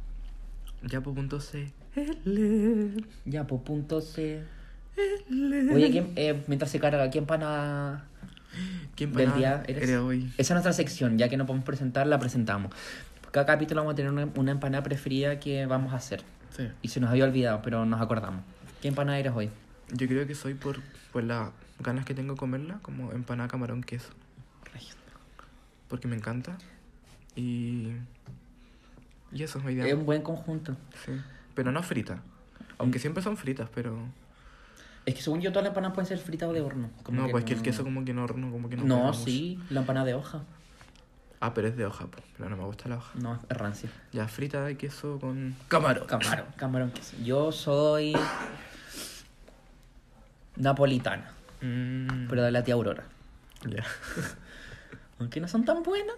Speaker 1: Ya por punto C. L.
Speaker 2: Ya, po. Punto C. Oye, ¿quién- eh, mientras se carga, ¿quién van a...?
Speaker 1: ¿Quién
Speaker 2: del
Speaker 1: para
Speaker 2: día eres-
Speaker 1: era hoy?
Speaker 2: Esa es nuestra sección, ya que no podemos presentar, la presentamos. Cada capítulo vamos a tener una, una empanada preferida que vamos a hacer.
Speaker 1: Sí.
Speaker 2: Y se nos había olvidado, pero nos acordamos. ¿Qué empanada eres hoy?
Speaker 1: Yo creo que soy por, por las ganas que tengo de comerla, como empanada camarón queso. Porque me encanta. Y. Y eso, hoy día.
Speaker 2: Es un buen conjunto.
Speaker 1: Sí. Pero no frita.
Speaker 2: Mm.
Speaker 1: Aunque siempre son fritas, pero.
Speaker 2: Es que según yo todas las empanadas pueden ser fritas o de horno. Como
Speaker 1: no, pues que el queso como que no, no como que no. pega
Speaker 2: No,
Speaker 1: mucho.
Speaker 2: sí, la empanada de hoja.
Speaker 1: Ah, pero es de hoja, po, pero no me gusta la hoja.
Speaker 2: No, es rancia.
Speaker 1: Ya frita de queso con camarón.
Speaker 2: Camarón, camarón queso. Yo soy... Napolitana,
Speaker 1: Mm,
Speaker 2: pero de la tía Aurora.
Speaker 1: Ya.
Speaker 2: Aunque no son tan buenas.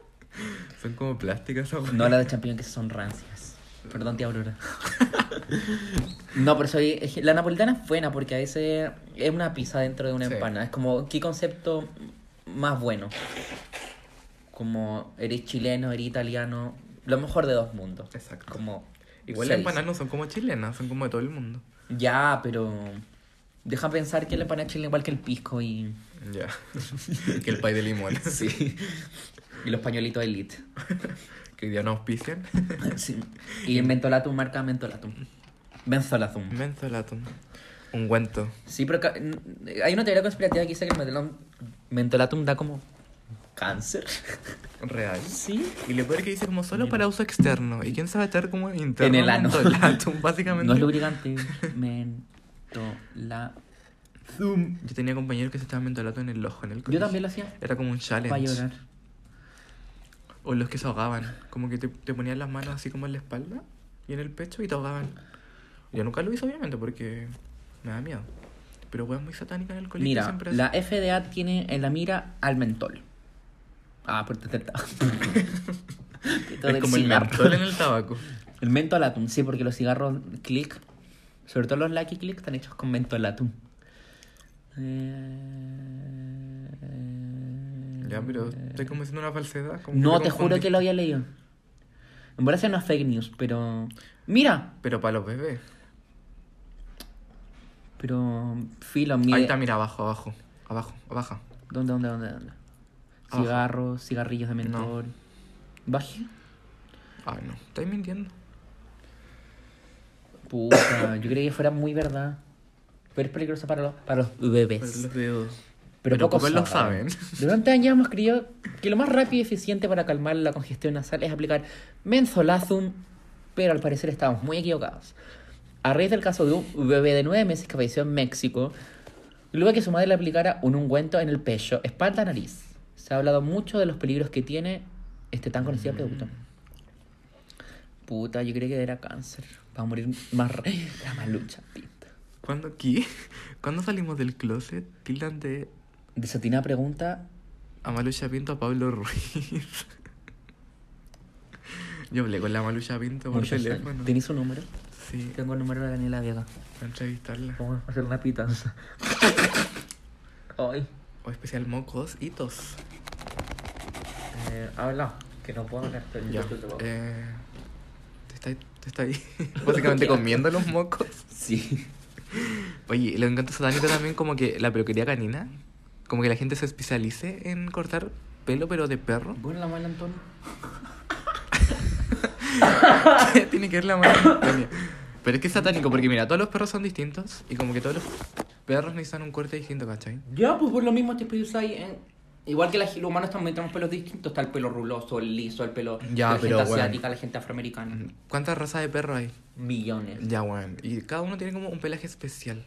Speaker 1: Son como plásticas esas weas.
Speaker 2: No las de champiñón que son rancias. Perdón, tía Aurora. No, pero soy. es que La napolitana es buena porque a veces es una pizza dentro de una
Speaker 1: Sí.
Speaker 2: empana. Es como, ¿qué concepto más bueno? Como, eres chileno, eres italiano. Lo mejor de dos mundos.
Speaker 1: Exacto.
Speaker 2: Como.
Speaker 1: Igual
Speaker 2: se
Speaker 1: las empanadas
Speaker 2: dice.
Speaker 1: no son como chilenas, son como de todo el mundo.
Speaker 2: Ya, pero. Deja pensar que la empanada es chilena igual que el pisco y.
Speaker 1: Ya. que el pay de limón.
Speaker 2: Sí. y los pañuelitos elite.
Speaker 1: que hoy día no auspician.
Speaker 2: Sí. Y mentolatum, marca mentolatum. Benzolatum.
Speaker 1: Mentolatum. Ungüento.
Speaker 2: Sí, pero ca- n- hay una teoría conspirativa que dice que el mentolatum, mentolatum da como cáncer.
Speaker 1: Real.
Speaker 2: Sí.
Speaker 1: Y lo peor que dice como solo para uso externo. ¿Y quién sabe estar como interno?
Speaker 2: En el ano.
Speaker 1: Mentolatum, básicamente.
Speaker 2: No es lubricante. Mentolatum.
Speaker 1: Yo tenía compañeros que se estaban mentolato en el ojo, en el
Speaker 2: Yo
Speaker 1: colegio.
Speaker 2: también lo hacía.
Speaker 1: Era como un challenge.
Speaker 2: Para llorar.
Speaker 1: O los que se ahogaban. Como que te, te ponían las manos así como en la espalda y en el pecho y te ahogaban. Yo nunca lo hice, obviamente, porque me da miedo. Pero weas muy satánica en el colegio
Speaker 2: Mira,
Speaker 1: siempre
Speaker 2: la
Speaker 1: hacen.
Speaker 2: FDA tiene en la mira al mentol. Ah, por te
Speaker 1: Es como el mentol en el tabaco.
Speaker 2: El mentolatum, sí, porque los cigarros click, sobre todo los Lucky Click, están hechos con mentolatum.
Speaker 1: Ya, pero estoy como diciendo una falsedad. como que
Speaker 2: Eh. No, te juro
Speaker 1: confundí.
Speaker 2: que lo había leído. En verdad eso no es fake news, pero... Mira,
Speaker 1: Pero para los bebés.
Speaker 2: pero... Filo,
Speaker 1: Ahí
Speaker 2: mira.
Speaker 1: está, mira, abajo, abajo. Abajo, abajo.
Speaker 2: ¿Dónde, dónde, dónde, dónde?
Speaker 1: Abajo.
Speaker 2: Cigarros, cigarrillos de mentor. ¿Baje?
Speaker 1: Ay, no. Estáis mintiendo.
Speaker 2: Puta, yo creía que fuera muy verdad. Pero es peligroso para los, para los bebés.
Speaker 1: los dedos.
Speaker 2: Pero,
Speaker 1: Pero
Speaker 2: pocos
Speaker 1: pocos lo saben.
Speaker 2: Durante años hemos creído que lo más rápido y eficiente para calmar la congestión nasal es aplicar mensolazum, pero al parecer estábamos muy equivocados. A raíz del caso de un bebé de nueve meses que falleció en México, luego de que su madre le aplicara un ungüento en el pecho, espalda, nariz. Se ha hablado mucho de los peligros que tiene este tan
Speaker 1: Mm.
Speaker 2: conocido producto. Puta, yo creí que era cáncer. Va a morir más... ra- La malucha, pinta.
Speaker 1: ¿Cuándo aquí? ¿Cuándo salimos del closet? Tildan de
Speaker 2: Desatina pregunta
Speaker 1: a Malucha Pinto a Pablo Ruiz. Yo hablé con la Malucha Pinto por
Speaker 2: Muchos años.
Speaker 1: teléfono.
Speaker 2: ¿Tenés su número?
Speaker 1: Sí,
Speaker 2: Tengo el número de Daniela Vega.
Speaker 1: para entrevistarla.
Speaker 2: Vamos a hacer una pitanza. Ay,
Speaker 1: O especial mocos y tos.
Speaker 2: eh, habla, que no puedo hablar. pero
Speaker 1: Ya.
Speaker 2: yo creo que puedo.
Speaker 1: Eh, te está, te está ahí básicamente
Speaker 2: Ya.
Speaker 1: comiendo los mocos.
Speaker 2: Sí.
Speaker 1: Oye, lo encanto satánico también como que la peluquería canina. Como que la gente se especialice en cortar pelo, pero de perro.
Speaker 2: Bueno, la mala, Antonio.
Speaker 1: Tiene que ver la mano. Antonia. Pero es que es satánico porque mira, todos los perros son distintos y como que todos los perros necesitan un corte distinto, ¿cachai?
Speaker 2: Ya, pues por lo mismo te pedís ahí. en- Igual que la- los humanos también tenemos pelos distintos. Está el pelo ruloso, el liso, el pelo
Speaker 1: Ya,
Speaker 2: de
Speaker 1: pero,
Speaker 2: la gente
Speaker 1: bueno. Mm.
Speaker 2: asiática, la gente afroamericana.
Speaker 1: ¿Cuántas razas de perro hay?
Speaker 2: Millones.
Speaker 1: Ya, bueno. Y cada uno tiene como un pelaje especial.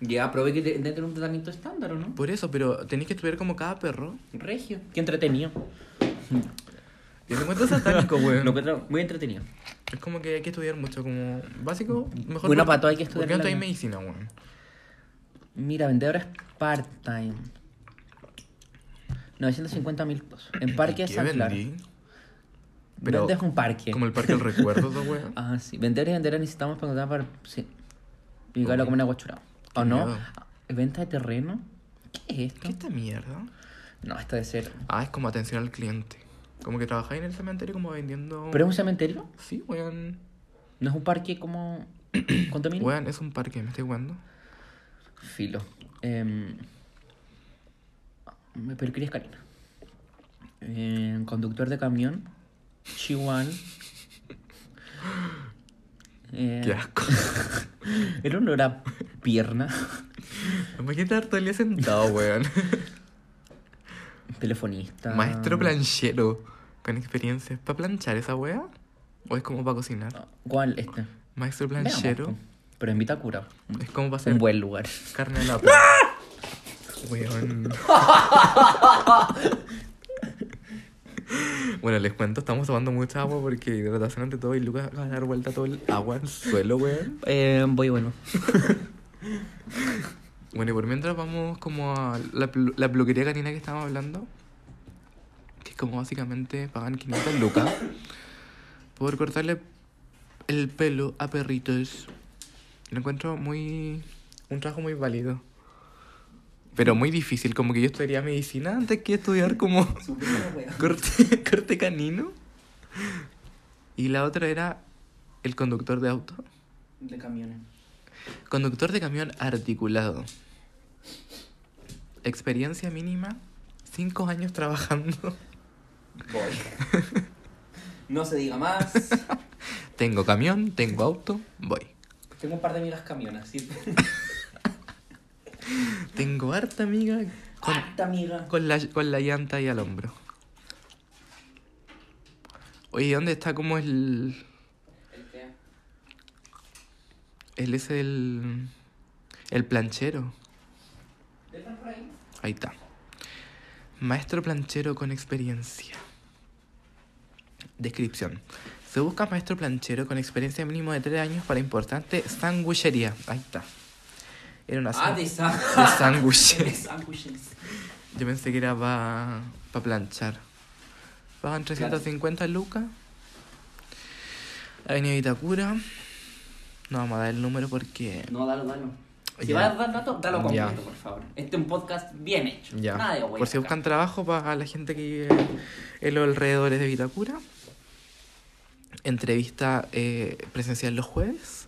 Speaker 2: Ya, probé que te- dentro de un tratamiento estándar, ¿o no? Pues,
Speaker 1: Por eso, pero tenéis que estudiar como cada perro.
Speaker 2: Regio. Qué entretenido.
Speaker 1: Y lo encuentro satánico,
Speaker 2: Lo
Speaker 1: weón.
Speaker 2: encuentro muy entretenido.
Speaker 1: Es como que hay que estudiar mucho, como básico, mejor.
Speaker 2: Bueno,
Speaker 1: por-
Speaker 2: para todo Mm, hay que
Speaker 1: ¿Por qué
Speaker 2: estudiar
Speaker 1: no
Speaker 2: la-
Speaker 1: estudiáis medicina, weón?
Speaker 2: Mira, vendedora es part-time. 950 mil pesos. En Parque
Speaker 1: ¿Qué
Speaker 2: San Claro.
Speaker 1: vendí? Pero-
Speaker 2: Vendes un parque.
Speaker 1: Como el parque del recuerdo, ¿no, weón.
Speaker 2: Ah, sí. Vender y vender necesitamos para encontrar para. Sí. Picarlo como una guachura. ¿O
Speaker 1: Qué
Speaker 2: no?
Speaker 1: miedo.
Speaker 2: Ah, ¿Venta de terreno? ¿Qué es esto?
Speaker 1: ¿Qué esta mierda?
Speaker 2: No, esto de ser.
Speaker 1: Ah, es como atención al cliente. Como que trabajáis en el cementerio como vendiendo.
Speaker 2: ¿Pero es un cementerio?
Speaker 1: Sí, weón.
Speaker 2: ¿No es un parque como. condominio?
Speaker 1: Weón, es un parque, me estoy jugando.
Speaker 2: Eh. Filo. Em, Me peluquería Karina. Em, conductor de camión. Chihuahua. Eh,
Speaker 1: Qué asco.
Speaker 2: era un olor a pierna.
Speaker 1: Me quedé harto el día sentado, weón.
Speaker 2: Telefonista.
Speaker 1: Maestro planchero con experiencia. ¿Para planchar esa wea? ¿O es como para cocinar?
Speaker 2: ¿Cuál? Este.
Speaker 1: Maestro
Speaker 2: Veamos,
Speaker 1: planchero
Speaker 2: po. Pero en Vitacura.
Speaker 1: es como para hacer
Speaker 2: Un buen lugar.
Speaker 1: carne de la Weón. Bueno, les cuento, estamos tomando mucha agua porque hidratación ante todo y Lucas va a dar vuelta todo el agua al suelo, weón.
Speaker 2: Eh, voy bueno.
Speaker 1: Bueno, y por mientras vamos como a la, pelu- la peluquería canina que estábamos hablando, que es como básicamente pagan 500 lucas por cortarle el pelo a perritos. Lo encuentro muy... un trabajo muy válido. Pero muy difícil, como que yo estudiaría medicina antes que estudiar como corte, corte canino. Y la otra era el conductor de auto.
Speaker 2: De camiones.
Speaker 1: Conductor de camión articulado. Experiencia mínima, cinco años trabajando.
Speaker 2: Voy. No se diga más.
Speaker 1: Tengo camión, tengo auto, voy.
Speaker 2: Tengo un par de amigas camionas. ¿sí?
Speaker 1: Tengo harta amiga con,
Speaker 2: amiga.
Speaker 1: con la, con la llanta ahí al hombro. Oye, ¿dónde está como el... Él es el... El planchero. Ahí está. Maestro planchero con experiencia. Descripción. Se busca maestro planchero con experiencia mínimo de 3 años para importante sanguchería. Ahí está. Era una
Speaker 2: Ah, de san-
Speaker 1: de sanguche.
Speaker 2: de sándwiches.
Speaker 1: Yo pensé que era para planchar. Pagan 350 lucas. Avenida Vitacura. No vamos a dar el número porque
Speaker 2: No, dalo, dalo.
Speaker 6: Si
Speaker 1: Ya.
Speaker 6: vas a dar datos, dalo completo,
Speaker 1: Ya.
Speaker 6: por favor. Este es un podcast bien hecho.
Speaker 1: Ya.
Speaker 6: Nada de huevo.
Speaker 1: Por si buscan trabajo para la gente que vive en los alrededores de Vitacura. Entrevista eh, presencial los jueves.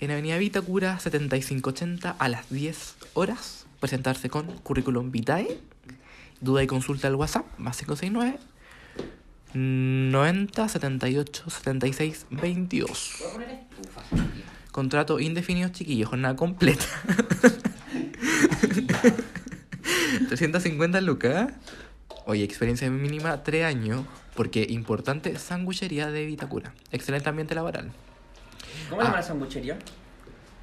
Speaker 1: En Avenida Vitacura 7580 a las 10 horas. Presentarse con currículum vitae. Duda y consulta al WhatsApp más 569 90 78 76 22.
Speaker 6: Voy a poner estufa.
Speaker 1: Contrato indefinido, chiquillos, jornada completa. 350 lucas. Oye, experiencia mínima 3 años, porque importante sanguchería de Vitacura. Excelente ambiente laboral.
Speaker 2: ¿Cómo se llama
Speaker 1: Ah.
Speaker 2: la sanguchería?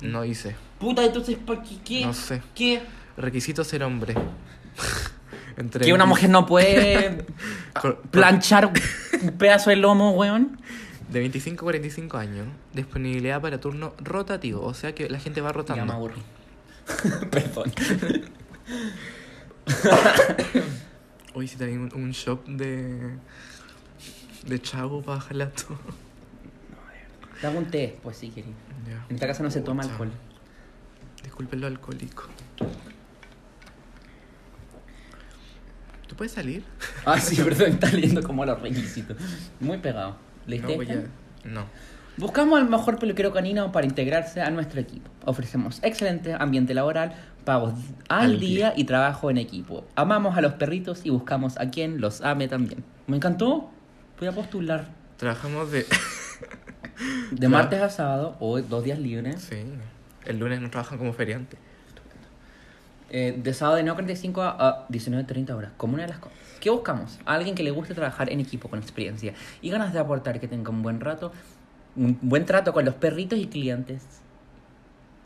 Speaker 1: No hice.
Speaker 6: Puta, entonces, ¿por qué? ¿Qué?
Speaker 1: No sé.
Speaker 6: ¿Qué?
Speaker 1: Requisito ser hombre. Entre
Speaker 2: Que una mujer no puede
Speaker 1: Cor-
Speaker 2: planchar un pedazo de lomo, weón.
Speaker 1: De 25 a 45 años. Disponibilidad para turno rotativo. O sea que la gente va
Speaker 2: Ya me
Speaker 1: rotando.
Speaker 2: aburrí. Perdón.
Speaker 1: Hoy sí también un, un shop de. de chavo para jalar todo.
Speaker 2: Dame un té, pues si querés.
Speaker 1: Ya.
Speaker 2: En esta casa no se toma
Speaker 1: Pucha.
Speaker 2: alcohol.
Speaker 1: Disculpen lo alcohólico. ¿Tú puedes salir?
Speaker 2: Ah, sí, perdón, está leyendo como los requisitos. Muy pegado. ¿Leíste?
Speaker 1: pues
Speaker 2: este?
Speaker 1: ya- No.
Speaker 2: Buscamos al mejor peluquero canino para integrarse a nuestro equipo. Ofrecemos excelente ambiente laboral, pagos al,
Speaker 1: Al
Speaker 2: día.
Speaker 1: día.
Speaker 2: y trabajo en equipo. Amamos a los perritos y buscamos a quien los ame también. Me encantó. Voy a postular
Speaker 1: Trabajamos de.
Speaker 2: de
Speaker 1: Claro.
Speaker 2: martes a sábado, hoy dos días libres.
Speaker 1: sí. El lunes no trabajan como feriante.
Speaker 2: Eh, de sábado de 9.45 a, a 19.30 horas, como una de las cosas. ¿Qué buscamos? A alguien que le guste trabajar en equipo con experiencia y ganas de aportar, que tenga un buen rato, un buen trato con los perritos y clientes.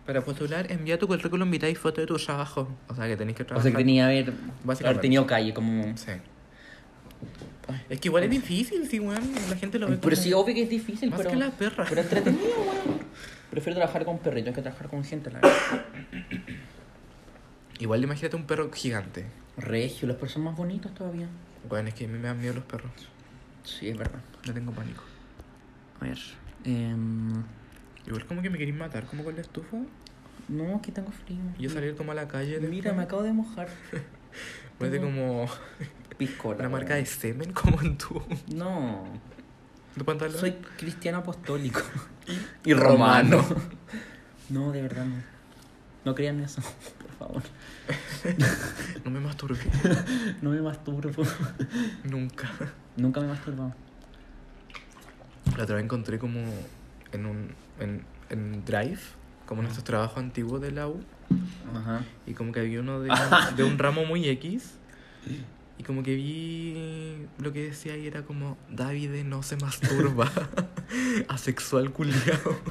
Speaker 1: Para postular, envía tu currículum vitae y foto de tu trabajo. O sea que tenés que
Speaker 2: O
Speaker 1: trabajar.
Speaker 2: sea, que tenía que haber,
Speaker 1: Básicamente.
Speaker 2: haber tenido calle como...
Speaker 1: Sí. Es que igual es difícil, sí, weón. La gente lo ve.
Speaker 2: Pero
Speaker 1: como-
Speaker 2: sí, obvio que es difícil,
Speaker 1: Más
Speaker 2: pero...
Speaker 1: que la perra.
Speaker 2: Pero entretenido, weón. Prefiero trabajar con perritos que trabajar con gente, la verdad.
Speaker 1: Igual imagínate un perro gigante.
Speaker 2: Regio, los perros son más bonitos todavía.
Speaker 1: Bueno, es que a mí me dan miedo los perros.
Speaker 2: Sí, es verdad.
Speaker 1: No tengo pánico.
Speaker 2: A ver... em,
Speaker 1: Igual como que me queréis matar, como con la estufa.
Speaker 2: no, que tengo frío.
Speaker 1: Y Yo salir como a la calle.
Speaker 2: Mira, me acabo de mojar.
Speaker 1: Parece como
Speaker 2: Piscola.
Speaker 1: una marca
Speaker 2: weón.
Speaker 1: de semen, como en tu,
Speaker 2: No,
Speaker 1: tu pantalón.
Speaker 2: soy cristiano apostólico.
Speaker 1: Y romano.
Speaker 2: No, de verdad no. No crean eso, por favor.
Speaker 1: No me masturbé.
Speaker 2: No me masturbo.
Speaker 1: Nunca.
Speaker 2: Nunca me he masturbado.
Speaker 1: La otra vez encontré como en un en, en Drive, como nuestros trabajos antiguos de la U.
Speaker 2: Ajá.
Speaker 1: Y como que había uno de, de un ramo muy X. Y como que vi lo que decía ahí era como, David no se masturba. Asexual culiao.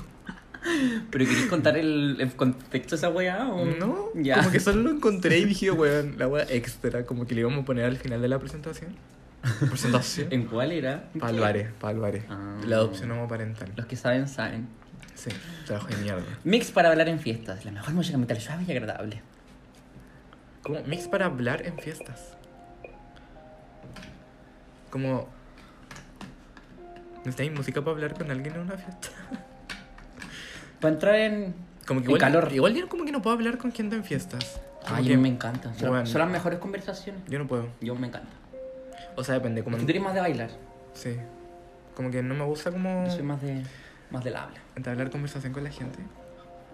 Speaker 2: ¿Pero queréis contar el, el contexto de esa weá o
Speaker 1: No,
Speaker 2: Mm, Ya.
Speaker 1: como que solo lo encontré y dije, weón, la wea extra, como que le íbamos a poner al final de la presentación. Presentación.
Speaker 2: ¿En cuál era?
Speaker 1: Palvaré, Palvaré.
Speaker 2: Ah.
Speaker 1: La adopción homoparental.
Speaker 2: Los que saben, saben.
Speaker 1: Sí, trabajo de mierda.
Speaker 2: Mix para hablar en fiestas. La mejor música metal suave y agradable.
Speaker 1: Como mix para hablar en fiestas. Como. ¿Necesitáis música para hablar con alguien en una fiesta?
Speaker 2: Para entrar en.
Speaker 1: Como que
Speaker 2: En
Speaker 1: igual,
Speaker 2: calor.
Speaker 1: igual yo como que no puedo hablar con gente en fiestas. Como
Speaker 2: Ay,
Speaker 1: que
Speaker 2: a mí me encanta. Son,
Speaker 1: Bueno.
Speaker 2: son las mejores conversaciones.
Speaker 1: Yo no puedo.
Speaker 2: Yo me encanta.
Speaker 1: O sea, depende. Como
Speaker 2: Porque tú eres más de bailar.
Speaker 1: Sí. Como que no me gusta como
Speaker 2: Yo soy más de. más del habla.
Speaker 1: entablar conversación con la gente.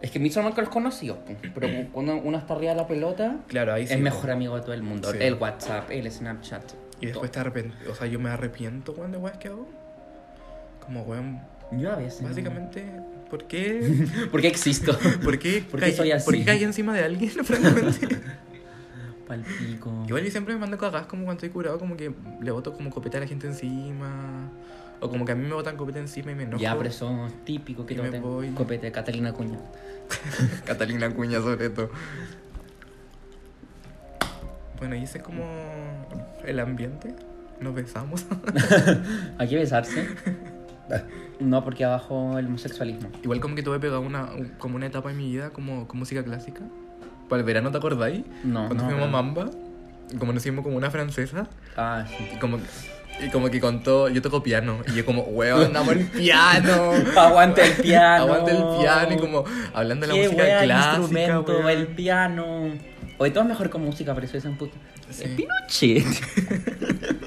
Speaker 2: Es que me hizo mal con los conocidos, po. pero cu- cuando uno está arriba de la pelota,
Speaker 1: Claro, ahí Mm. sí.
Speaker 2: es mejor amigo de todo el mundo.
Speaker 1: Sí.
Speaker 2: El WhatsApp, el Snapchat.
Speaker 1: Y después te arrepientes. O sea, yo me arrepiento, weón, de weas que hago. Como, weón,
Speaker 2: todo. Yo a veces.
Speaker 1: básicamente, ¿por qué?
Speaker 2: ¿Por qué existo?
Speaker 1: ¿Por qué,
Speaker 2: ¿Por qué soy así?
Speaker 1: ¿Por qué caí encima de alguien, francamente?
Speaker 2: Palpico.
Speaker 1: Igual yo siempre me mando cagadas como cuando estoy curado, como que le boto como copete a la gente encima. O como que a mí me botan copete encima y me enojo.
Speaker 2: ya, pero eso es típico que
Speaker 1: Y me
Speaker 2: te
Speaker 1: voy.
Speaker 2: Copete de Catalina Cuña.
Speaker 1: Catalina Cuña, sobre todo. Bueno, y ese es como el ambiente. Nos besamos.
Speaker 2: Hay que besarse. no, porque abajo el homosexualismo.
Speaker 1: Igual como que tuve pegado una, un- como una etapa en mi vida como con música clásica. Para el verano, ¿te acordáis?
Speaker 2: No,
Speaker 1: Cuando
Speaker 2: no,
Speaker 1: fuimos a
Speaker 2: pero-
Speaker 1: Mamba, como nos hicimos como una francesa,
Speaker 2: Ah, sí.
Speaker 1: y como que Y como que contó, yo toco piano. Y yo como, weón, amo el piano.
Speaker 2: Aguante el piano.
Speaker 1: Aguante el piano. Y como, hablando de la
Speaker 2: Qué
Speaker 1: música
Speaker 2: wea, el
Speaker 1: clásica.
Speaker 2: instrumento,
Speaker 1: weón.
Speaker 2: el piano. Oye, todo es mejor con música, pero eso es un puto.
Speaker 1: Sí.
Speaker 2: Eh, Pinochet.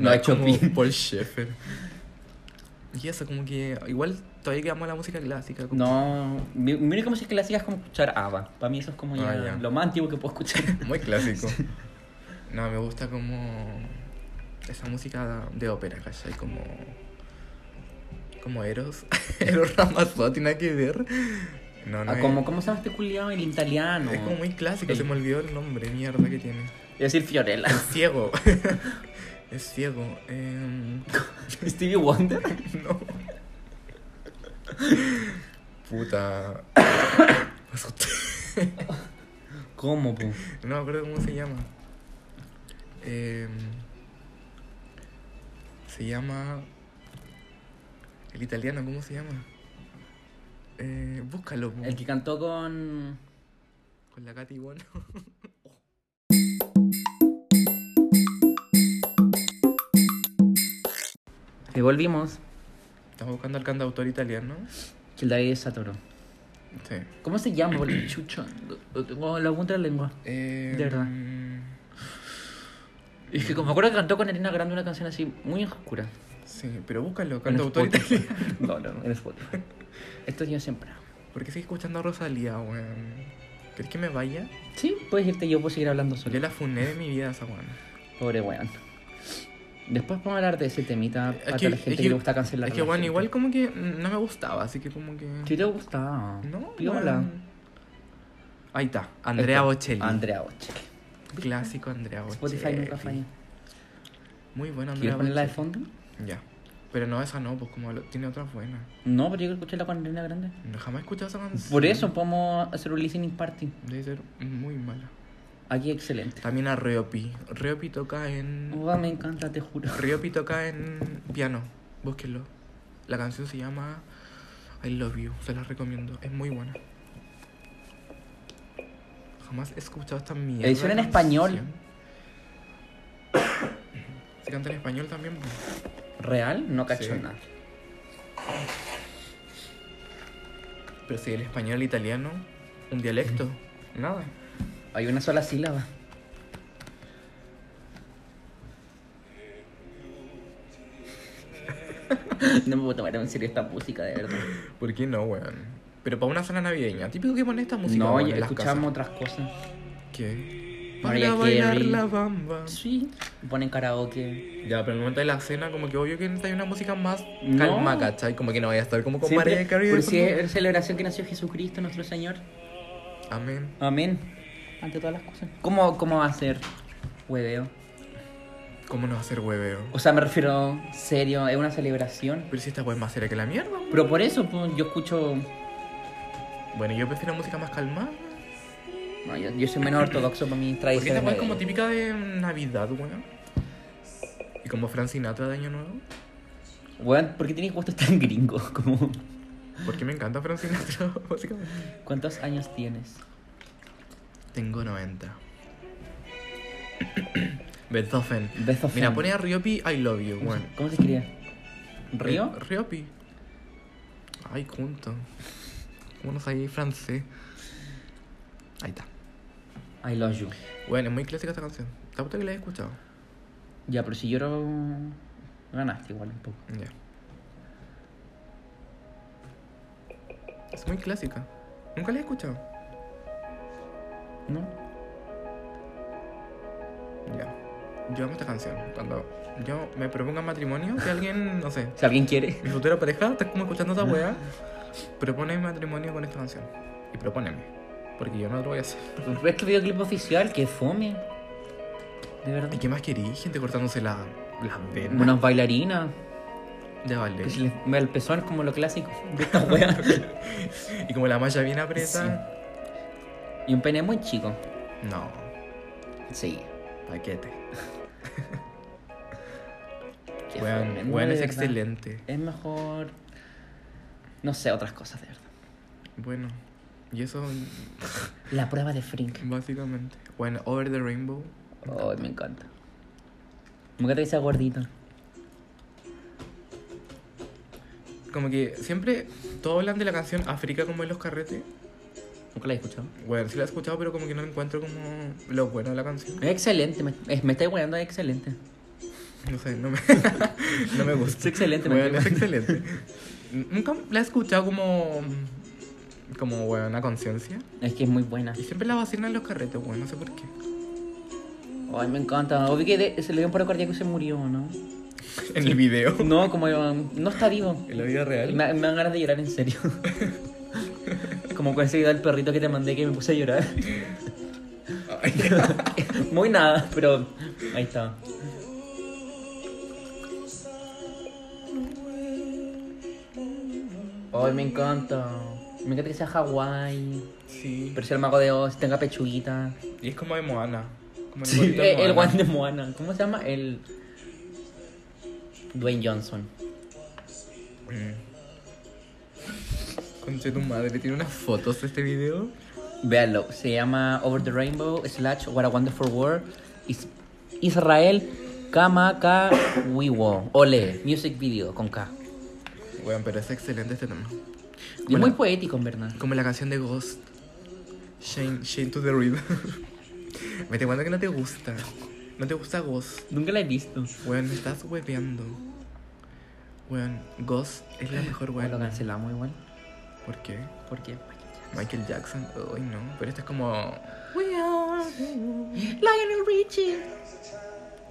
Speaker 1: No,
Speaker 2: No,
Speaker 1: es como
Speaker 2: Chopin.
Speaker 1: Paul Schaeffer. Y eso, como que igual todavía quedamos en la música clásica. como-
Speaker 2: No, mi, mi única música clásica es como escuchar ABBA. Para mí eso es como ya,
Speaker 1: Ah, ya.
Speaker 2: lo más antiguo que puedo escuchar.
Speaker 1: Muy clásico. No, me gusta como esa música de ópera, ¿cachai? Como. Como Eros. Eros Ramazzotti, nada que ver. No, no.
Speaker 2: Ah,
Speaker 1: es-
Speaker 2: como, ¿Cómo se llama este culiado? El italiano.
Speaker 1: Es como muy clásico,
Speaker 2: El-
Speaker 1: se me olvidó el nombre, mierda que tiene.
Speaker 2: Es decir, Fiorella.
Speaker 1: Ciego. es ciego. em,
Speaker 2: Stevie Wonder.
Speaker 1: no. Puta. Me asusté.
Speaker 2: ¿Cómo, po?
Speaker 1: No me acuerdo cómo se llama. Em, se llama. El italiano, ¿cómo se llama? Eh, búscalo. po.
Speaker 2: El que cantó con.
Speaker 1: Con la Katy Bono.
Speaker 2: Y volvimos.
Speaker 1: Estamos buscando al cantautor italiano.
Speaker 2: Que el David Satoro.
Speaker 1: Sí.
Speaker 2: ¿Cómo se llama, boludo? Chucho. Lo tengo en la punta de la lengua.
Speaker 1: Em,
Speaker 2: De verdad. Es que como me acuerdo que cantó con Elena Grande una canción así muy oscura.
Speaker 1: Sí, pero búscalo,
Speaker 2: En
Speaker 1: cantautor
Speaker 2: Spotify.
Speaker 1: italiano.
Speaker 2: No, no, no, en Spotify. Esto es yo siempre.
Speaker 1: ¿Por qué sigue escuchando a Rosalía, weón? ¿Crees que me vaya?
Speaker 2: Sí, puedes irte, yo puedo seguir hablando
Speaker 1: Yo
Speaker 2: solo.
Speaker 1: la funé de mi vida esa weón.
Speaker 2: Pobre weón. Después podemos hablar de ese temita para la gente que, le gusta cancelar.
Speaker 1: Es que weón, igual como que mm, no me gustaba, así que como que.
Speaker 2: Si te gusta.
Speaker 1: No,
Speaker 2: Piola.
Speaker 1: weón. Ahí está, Andrea
Speaker 2: Este,
Speaker 1: Bocelli.
Speaker 2: Andrea Bocelli.
Speaker 1: Clásico Andrea Bocelli.
Speaker 2: Spotify nunca falla.
Speaker 1: Muy bueno Andrea
Speaker 2: ¿Quieres ponerla de
Speaker 1: Bocelli.
Speaker 2: fondo?
Speaker 1: Ya. Pero no, esa no, pues como lo- tiene otras buenas.
Speaker 2: No, pero yo quiero escucharla con Elena Grande.
Speaker 1: No, jamás he escuchado esa canción.
Speaker 2: Por eso podemos hacer un listening party.
Speaker 1: Debe ser muy mala.
Speaker 2: Aquí excelente.
Speaker 1: También a Reopi. Reopi toca en.
Speaker 2: Oh, me encanta, te juro.
Speaker 1: Ryopi toca en piano, búsquenlo. La canción se llama I Love You, se las recomiendo, es muy buena. Jamás he escuchado esta mierda.
Speaker 2: Edición
Speaker 1: de
Speaker 2: en español.
Speaker 1: canción. Se canta en español también. pues. po.
Speaker 2: ¿Real? No cacho
Speaker 1: Sí.
Speaker 2: nada.
Speaker 1: Pero si el español, el italiano, un dialecto, nada.
Speaker 2: Hay una sola sílaba. No me puedo tomar en serio esta música, de verdad.
Speaker 1: ¿Por qué no, weón? Pero para una zona navideña, típico que pone esta música.
Speaker 2: no,
Speaker 1: weón,
Speaker 2: ya
Speaker 1: en las
Speaker 2: escuchamos otras cosas.
Speaker 1: casas. ¿Qué?
Speaker 2: Mariah
Speaker 1: Para bailar
Speaker 2: Carey.
Speaker 1: la bamba.
Speaker 2: Sí. Ponen karaoke.
Speaker 1: Ya, pero en el momento de la cena, como que obvio que hay una música más
Speaker 2: No.
Speaker 1: calma, ¿cachai? Como que no vaya a estar como con
Speaker 2: Siempre-
Speaker 1: Mariah Carey. de
Speaker 2: por si
Speaker 1: fondo.
Speaker 2: es celebración que nació Jesucristo, nuestro Señor.
Speaker 1: Amén.
Speaker 2: Amén. Ante todas las cosas. ¿Cómo, cómo va a ser? Hueveo.
Speaker 1: ¿Cómo no va a ser hueveo?
Speaker 2: O sea, me refiero serio, es una celebración.
Speaker 1: Pero si esta wea es más seria que la mierda.
Speaker 2: Pero por eso pues, yo escucho.
Speaker 1: Bueno, yo prefiero música más calmada.
Speaker 2: No, yo, yo soy menos ortodoxo para mi
Speaker 1: Porque esta
Speaker 2: tradición.
Speaker 1: wea es como típica de Navidad, weón. Y como Frank Sinatra de Año Nuevo.
Speaker 2: Weón, ¿por qué tienes gustos tan gringos? Como,
Speaker 1: Porque me encanta Frank Sinatra, básicamente.
Speaker 2: ¿Cuántos años tienes?
Speaker 1: Tengo 90. Beethoven.
Speaker 2: Beethoven.
Speaker 1: Mira, pone a Riopi I Love You,
Speaker 2: ¿Cómo, se-
Speaker 1: weón.
Speaker 2: cómo se escribe? ¿Río?
Speaker 1: Eh, Riopi. Ay, junto. ¿Cómo no sabía francés? Ahí está. Eh,
Speaker 2: I love you.
Speaker 1: Bueno, es muy clásica esta canción. ¿Te gusta que la hayas escuchado?
Speaker 2: Ya, pero si lloro. Ganaste igual un poco.
Speaker 1: Ya. Es muy clásica. Nunca la he escuchado.
Speaker 2: ¿No?
Speaker 1: Ya. Yo amo esta canción. Cuando yo me proponga matrimonio, que alguien, no sé,
Speaker 2: Si alguien quiere.
Speaker 1: mi futura pareja está como escuchando esta weá, propone matrimonio con esta canción. Y propóneme. Porque yo no lo voy a hacer.
Speaker 2: ¿Ves que videoclip oficial? Que fome. De verdad.
Speaker 1: ¿Y qué más querí? Gente cortándose la- las venas.
Speaker 2: Unas bailarinas.
Speaker 1: Ya vale.
Speaker 2: Que se les ve el pezón es como lo clásico de esta wea.
Speaker 1: Y como la malla bien apretada.
Speaker 2: y un pene muy chico.
Speaker 1: No,
Speaker 2: Sí.
Speaker 1: paquete.
Speaker 2: Qué
Speaker 1: Weón,
Speaker 2: fome, no,
Speaker 1: weón,
Speaker 2: de
Speaker 1: es
Speaker 2: verdad.
Speaker 1: excelente.
Speaker 2: Es mejor. No sé, otras cosas de verdad.
Speaker 1: Bueno, y eso
Speaker 2: La prueba de Frink.
Speaker 1: básicamente. Bueno, Over the Rainbow.
Speaker 2: Ay, me encanta. Me encanta que sea gordito.
Speaker 1: Como que siempre todos hablan de la canción África como en los carretes.
Speaker 2: Nunca la he escuchado.
Speaker 1: Bueno, sí la he escuchado, pero como que no encuentro como lo bueno de la canción.
Speaker 2: Es excelente, me, es- me estáis weando, es excelente.
Speaker 1: No sé, no me, no me gusta.
Speaker 2: Es excelente, me
Speaker 1: Weón, es
Speaker 2: estoy
Speaker 1: excelente. N- Nunca la he escuchado como. Como, weón, a conciencia.
Speaker 2: Es que es muy buena.
Speaker 1: Y siempre la vacilan en los carretes, weón, no sé por qué.
Speaker 2: Ay, me encanta. Obvio que de- se le dio un paro cardíaco y se murió, ¿no?
Speaker 1: En el video.
Speaker 2: No, como um, no está vivo.
Speaker 1: En la vida
Speaker 2: Me,
Speaker 1: real.
Speaker 2: me dan ganas de llorar en serio. Como con ese video del perrito que te mandé que me puse a llorar. Muy nada, pero ahí está. Ay, me encanta. Me encanta que sea Hawái.
Speaker 1: Sí.
Speaker 2: Pero sea el mago de Oz, tenga pechuguita.
Speaker 1: Y es como de Moana. Como Eh, el
Speaker 2: Sí,
Speaker 1: gorrito de
Speaker 2: el, el
Speaker 1: Moana.
Speaker 2: guante de Moana. ¿Cómo se llama? El. Dwayne Johnson.
Speaker 1: Mm. Conche tu madre, tiene unas fotos de este video.
Speaker 2: Véanlo, se llama Over the Rainbow slash What a Wonderful World Is- Israel Kama K Wiwo Ole Music Video con K
Speaker 1: Weón, pero es excelente este tema.
Speaker 2: Y
Speaker 1: Como,
Speaker 2: muy
Speaker 1: la,
Speaker 2: poético en verdad
Speaker 1: como la canción de Ghost. Shane, Shane to the Reader. Me te cuento que no te gusta. No te gusta Ghost.
Speaker 2: Nunca la he visto
Speaker 1: Weón, me estás hueveando. Weón, Ghost es la mejor
Speaker 2: Bueno, lo
Speaker 1: weón.
Speaker 2: cancelamos igual
Speaker 1: ¿Por qué?
Speaker 2: porque
Speaker 1: Michael Jackson. Uy, no. Pero esta es como.
Speaker 2: Lionel Richie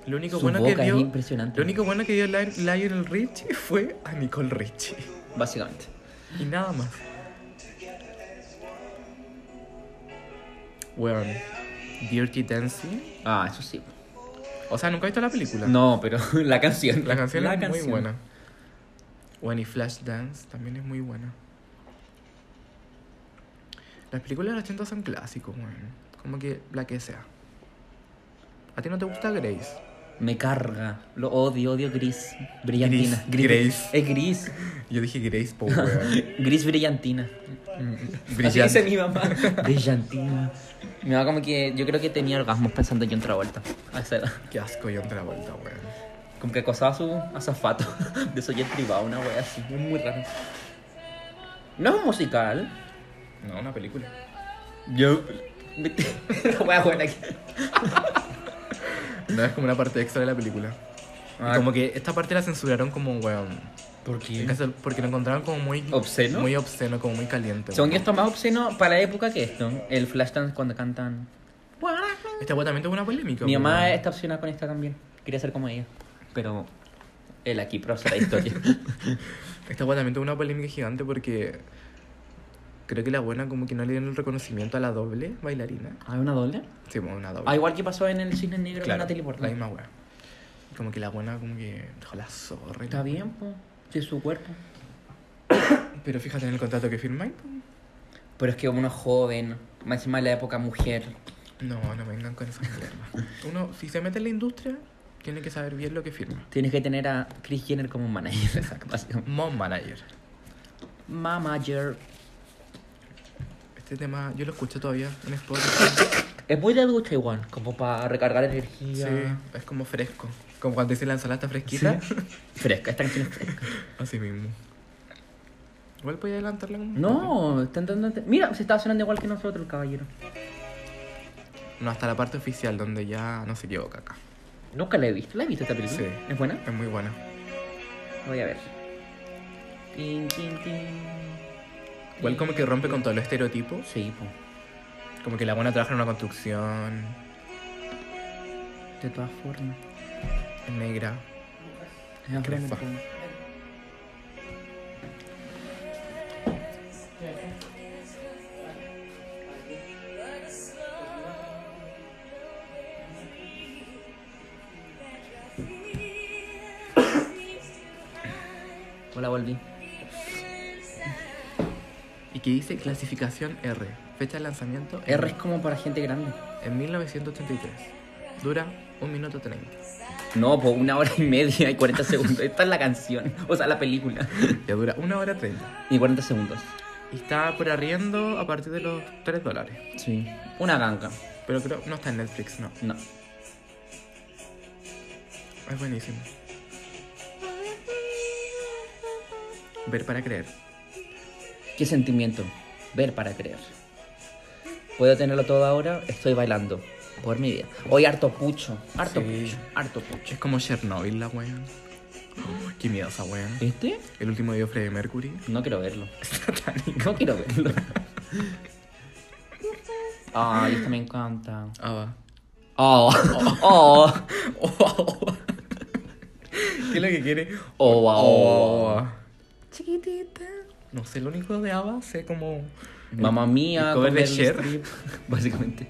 Speaker 1: Lo único
Speaker 2: Su
Speaker 1: bueno
Speaker 2: boca
Speaker 1: que
Speaker 2: es
Speaker 1: dio.
Speaker 2: impresionante.
Speaker 1: Lo único bueno que dio Lion- Lionel Richie fue a Nicole Richie.
Speaker 2: Básicamente
Speaker 1: Y nada más. Weón. Dirty Dancing.
Speaker 2: Ah, eso sí
Speaker 1: O sea, nunca he visto la película.
Speaker 2: No, pero la canción
Speaker 1: La canción es
Speaker 2: canción.
Speaker 1: muy buena. Bueno, y Flashdance también es muy buena. Las películas de los 80 son clásicos, weón. Como que la que sea. ¿A ti no te gusta Grace?
Speaker 2: Me carga Lo odio, odio gris Brillantina
Speaker 1: Gris, gris.
Speaker 2: Es gris
Speaker 1: Yo dije Grace, po, weón.
Speaker 2: Gris brillantina
Speaker 1: Brillante.
Speaker 2: Así dice mi mamá. Brillantina. Mi mamá como que yo creo que tenía orgasmos pensando en John Travolta a esa edad.
Speaker 1: Qué asco, John Travolta, weón.
Speaker 2: Como que acosaba a su azafato de Soy el privado, una wea así, muy, muy rara. No es un musical.
Speaker 1: No, una película.
Speaker 2: Yo. La wea buena aquí.
Speaker 1: No, es como una parte extra de la película. Y
Speaker 2: Ah.
Speaker 1: como que esta parte la censuraron como, weón.
Speaker 2: ¿Por
Speaker 1: en caso- Porque lo encontraron como muy...
Speaker 2: ¿Obsceno?
Speaker 1: Muy obsceno, como muy caliente.
Speaker 2: Según
Speaker 1: weón.
Speaker 2: yo, esto es más obsceno para la época que esto. El Flashdance cuando cantan.
Speaker 1: Esta weón también tuvo una polémica.
Speaker 2: Mi mamá
Speaker 1: weón.
Speaker 2: está obsesionada con esta también. Quería ser como ella. Pero. Él aquí, prosa de historia.
Speaker 1: Esta weá también tuvo una polémica gigante porque creo que la buena como que no le dieron el reconocimiento a la doble bailarina.
Speaker 2: ¿Hay una doble?
Speaker 1: Sí, bueno, una doble.
Speaker 2: Ah, igual que pasó en el cine negro
Speaker 1: Claro,
Speaker 2: con Natalie Portman.
Speaker 1: La misma weá. Como que la buena como que dejó la zorra. y
Speaker 2: Está
Speaker 1: la-
Speaker 2: bien, pues. Si es su cuerpo.
Speaker 1: Pero fíjate en el contrato que firmáis. pues, po.
Speaker 2: Pero es que uno es joven, más encima de la época mujer.
Speaker 1: No, no vengan con esa mierda. Uno, si se mete en la industria, tiene que saber bien lo que firma.
Speaker 2: Tienes que tener a Chris Jenner como un manager. Básicamente.
Speaker 1: Mom Manager.
Speaker 2: Mamager.
Speaker 1: Este tema yo lo escucho todavía en Spotify.
Speaker 2: Es muy de ducha igual, como para recargar
Speaker 1: Sí,
Speaker 2: energía.
Speaker 1: es como fresco. Como cuando dice la ensalada está fresquita.
Speaker 2: Fresca, esta canción es fresca.
Speaker 1: Así mismo. Igual podía adelantarla un poco.
Speaker 2: No, está entrando. Mira, se está sonando igual que nosotros, el caballero.
Speaker 1: No, hasta la parte oficial donde ya no se equivoca acá.
Speaker 2: Nunca la he visto. ¿La he visto esta película?
Speaker 1: Sí.
Speaker 2: ¿Es buena?
Speaker 1: Es muy buena.
Speaker 2: La voy a ver. Tin, tin, tin.
Speaker 1: Igual como que rompe con todos los estereotipos.
Speaker 2: Sí, pues.
Speaker 1: Como que la buena trabaja en una construcción,
Speaker 2: De todas formas.
Speaker 1: es negra.
Speaker 2: Es afrodescendiente. Hola, volví.
Speaker 1: Y que dice clasificación R. Fecha de lanzamiento
Speaker 2: R es como para gente grande.
Speaker 1: en 1983. Dura 1 minuto 30.
Speaker 2: No, por una hora y media y 40 segundos. Esta es la canción, o sea, la película.
Speaker 1: Ya dura 1 hora 30.
Speaker 2: Y 40 segundos.
Speaker 1: Y está por arriendo a partir de los 3 dólares.
Speaker 2: Sí. Una ganga.
Speaker 1: Pero creo no está en Netflix, no.
Speaker 2: No.
Speaker 1: Es buenísimo. Ver para creer.
Speaker 2: ¿Qué sentimiento? Ver para creer. Puedo tenerlo todo ahora, estoy bailando. Por mi vida. Hoy harto pucho, harto
Speaker 1: Sí.
Speaker 2: pucho, harto pucho.
Speaker 1: Es como Chernobyl, la wea. Oh, qué miedo esa wea.
Speaker 2: ¿Este?
Speaker 1: El último video de Freddie Mercury.
Speaker 2: No quiero verlo.
Speaker 1: Satánico.
Speaker 2: No quiero verlo. Ay, esto me encanta.
Speaker 1: Ah, va.
Speaker 2: Oh, oh,
Speaker 1: ¿Qué es lo que quiere?
Speaker 2: oh, wow.
Speaker 1: Oh. Chiquitita. No sé, lo único de Ava sé como.
Speaker 2: Mamma mía,
Speaker 1: el cover de
Speaker 2: con Meryl
Speaker 1: Cher.
Speaker 2: Streep, Básicamente.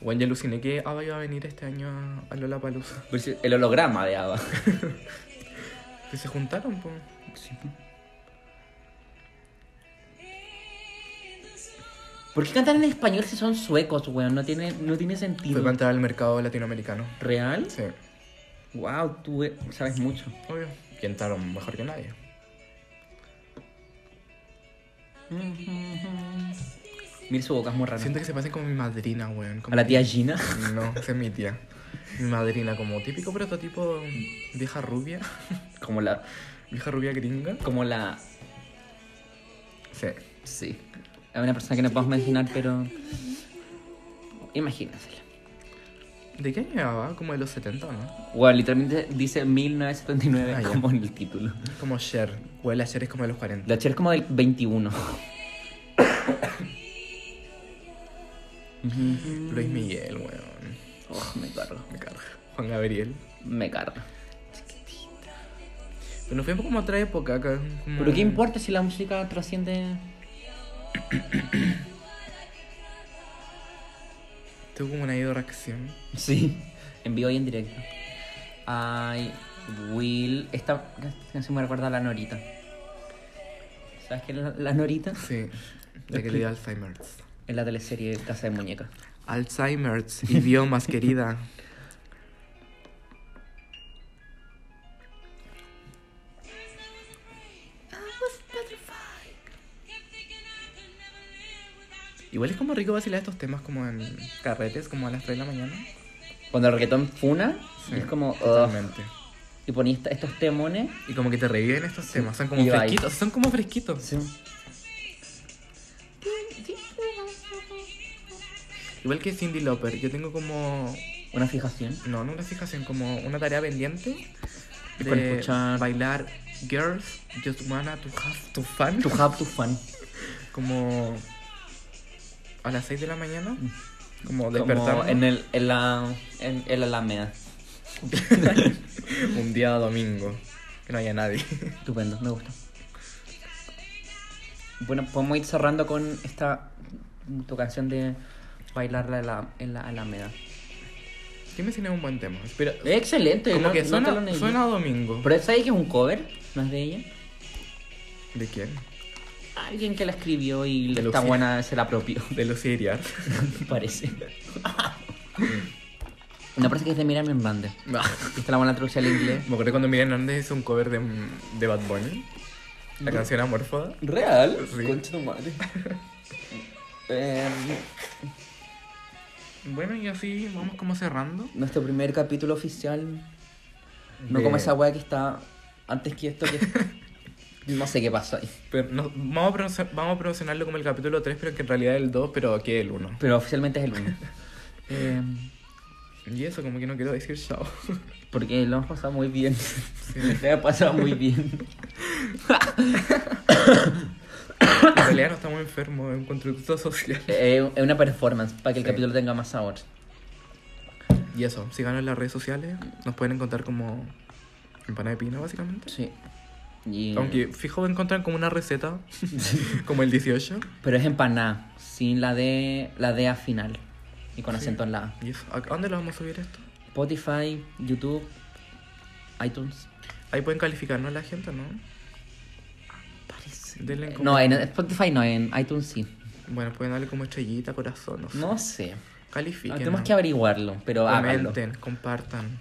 Speaker 1: Bueno, ya aluciné que Ava iba a venir este año a, a Lola Palusa.
Speaker 2: Pero sí, Pues El holograma de Ava.
Speaker 1: Que se juntaron, pues.
Speaker 2: ¿Por qué cantan en español si son suecos, weón? No tiene, no tiene
Speaker 1: Fue
Speaker 2: sentido.
Speaker 1: para entrar al mercado latinoamericano.
Speaker 2: ¿Real?
Speaker 1: Sí,
Speaker 2: Wow, tú eh, sabes mucho.
Speaker 1: obvio. Que entraron mejor que nadie.
Speaker 2: Mira su boca es muy rara.
Speaker 1: Siento que se pasen como mi madrina, weón. como
Speaker 2: A la
Speaker 1: que-
Speaker 2: tía Gina.
Speaker 1: No, esa es mi tía. Mi madrina, como típico prototipo vieja rubia.
Speaker 2: Como la.
Speaker 1: Vieja rubia gringa.
Speaker 2: Como la.
Speaker 1: Sí.
Speaker 2: Sí. Es una persona que no podemos imaginar, pero. Imagínensela.
Speaker 1: ¿De qué año Ava? Como de los 70, ¿o ¿no?
Speaker 2: Wow, literalmente dice 1979
Speaker 1: Ah, ya.
Speaker 2: como en el título.
Speaker 1: Como Cher. Huele a Cher es como de los 40.
Speaker 2: La Cher es como del 21.
Speaker 1: Luis Miguel, weón.
Speaker 2: Oh, me cargo.
Speaker 1: Me carga. Juan Gabriel.
Speaker 2: Me cargo.
Speaker 1: Pero nos fuimos como a otra época acá. como-
Speaker 2: Pero qué importa si la música trasciende.
Speaker 1: Tuve como una idorreacción.
Speaker 2: Sí. En vivo y en directo. I will. Esta canción me recuerda a la Norita. ¿Sabes qué es la, la Norita?
Speaker 1: Sí. La que le dio Alzheimer's.
Speaker 2: Es la teleserie Casa de Muñecas.
Speaker 1: Alzheimer's, idiomas, querida. Igual es como rico vacilar estos temas como en carretes, como a las 3 de la mañana.
Speaker 2: Cuando el reggaetón funa,
Speaker 1: Sí,
Speaker 2: es como. "Ugh",
Speaker 1: Totalmente.
Speaker 2: y ponías esta- estos temones.
Speaker 1: Y como que te reviven estos temas, son como
Speaker 2: Y bye.
Speaker 1: fresquitos, son como fresquitos.
Speaker 2: Sí.
Speaker 1: Igual que Cindy Lauper, yo tengo como
Speaker 2: Una fijación.
Speaker 1: No, no una fijación, como una tarea pendiente
Speaker 2: Y
Speaker 1: de
Speaker 2: con escuchar-
Speaker 1: bailar Girls Just Wanna To Have To Fun
Speaker 2: To have to fun.
Speaker 1: como a las 6 de la mañana, como
Speaker 2: Mm. Como
Speaker 1: despertar
Speaker 2: en, el, en, la, en, en la Alameda.
Speaker 1: un día domingo, que no haya nadie.
Speaker 2: Estupendo, me gusta. Bueno, podemos ir cerrando con esta tu canción de bailarla en la, en la Alameda.
Speaker 1: Sí me tiene un buen tema, pero
Speaker 2: Es excelente,
Speaker 1: como
Speaker 2: no-
Speaker 1: que
Speaker 2: no
Speaker 1: suena,
Speaker 2: te lo negué.
Speaker 1: suena a domingo.
Speaker 2: Pero ¿sabes que es un cover? ¿No es de ella?
Speaker 1: ¿De quién?
Speaker 2: Alguien que la escribió y
Speaker 1: De
Speaker 2: está
Speaker 1: Lucía.
Speaker 2: buena, se la apropió,
Speaker 1: De Lucía Iriar.
Speaker 2: parece. no parece que es de Miriam Hernández. Y Está la buena traducción al inglés.
Speaker 1: me acuerdo cuando Miriam Hernández hizo un cover de, de Bad Bunny, la canción Amorfoda.
Speaker 2: ¿Real?
Speaker 1: Sí. Concha
Speaker 2: tu madre. Eh,
Speaker 1: Bueno, y así vamos como cerrando.
Speaker 2: nuestro primer capítulo oficial. No
Speaker 1: De-
Speaker 2: como esa weá que está antes que esto que... no sé qué pasó ahí.
Speaker 1: Pero no- vamos, a promocio- vamos a promocionarlo como el capítulo 3, pero que en realidad es el 2, pero aquí el 1.
Speaker 2: Pero oficialmente es el Eh, 1.
Speaker 1: Y eso, como que no quiero decir chao.
Speaker 2: porque lo hemos pasado muy bien. Lo hemos pasado muy bien.
Speaker 1: En realidad no estamos enfermos, es un constructo social.
Speaker 2: Eh, Es una performance para que el
Speaker 1: Sí.
Speaker 2: capítulo tenga más sabor.
Speaker 1: Y eso, síganos en las redes sociales, nos pueden encontrar como empana de pino, básicamente.
Speaker 2: Sí. Y-
Speaker 1: Aunque fijo encuentran como una receta, como el 18.
Speaker 2: Pero es empanada, sin la D, la D a final. Y con acento en la A.
Speaker 1: Y eso, ¿a a dónde lo vamos a subir esto?
Speaker 2: Spotify, YouTube, iTunes.
Speaker 1: Ahí pueden calificarnos la gente, ¿no?
Speaker 2: Parece.
Speaker 1: Denle como-
Speaker 2: No, en Spotify no, en iTunes sí.
Speaker 1: Bueno, pueden darle como estrellita, corazón, no sé.
Speaker 2: No sé. Ah,
Speaker 1: Califiquen.
Speaker 2: tenemos
Speaker 1: ¿no?
Speaker 2: que averiguarlo, pero háganlo.
Speaker 1: Comenten, compartan.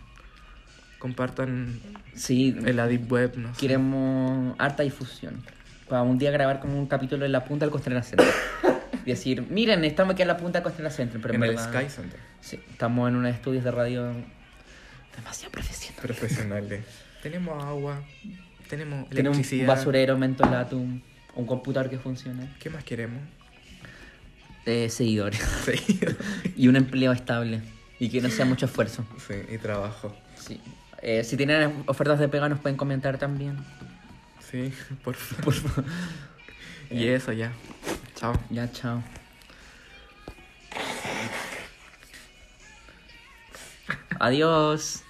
Speaker 1: Compartan
Speaker 2: Sí,
Speaker 1: en la deep web, no sé.
Speaker 2: queremos harta difusión. Para un día grabar como un capítulo en la punta del Costanera Center. Decir, miren, estamos aquí en la punta del Costanera Center. Pero
Speaker 1: en el
Speaker 2: verdad-
Speaker 1: Sky Center.
Speaker 2: Sí, estamos en unos estudios de radio demasiado profesional.
Speaker 1: Profesionales. Tenemos agua, tenemos
Speaker 2: Tenemos un
Speaker 1: electricidad.
Speaker 2: basurero, mentolatum, un computador que funciona,
Speaker 1: ¿Qué más queremos?
Speaker 2: eh, seguidores
Speaker 1: Sí.
Speaker 2: y un empleo estable y que no sea mucho esfuerzo.
Speaker 1: sí, y trabajo.
Speaker 2: Sí. Eh, si tienen ofertas de pega nos pueden comentar también.
Speaker 1: Sí, por favor. Y eso ya. Chao.
Speaker 2: Ya, chao. Adiós.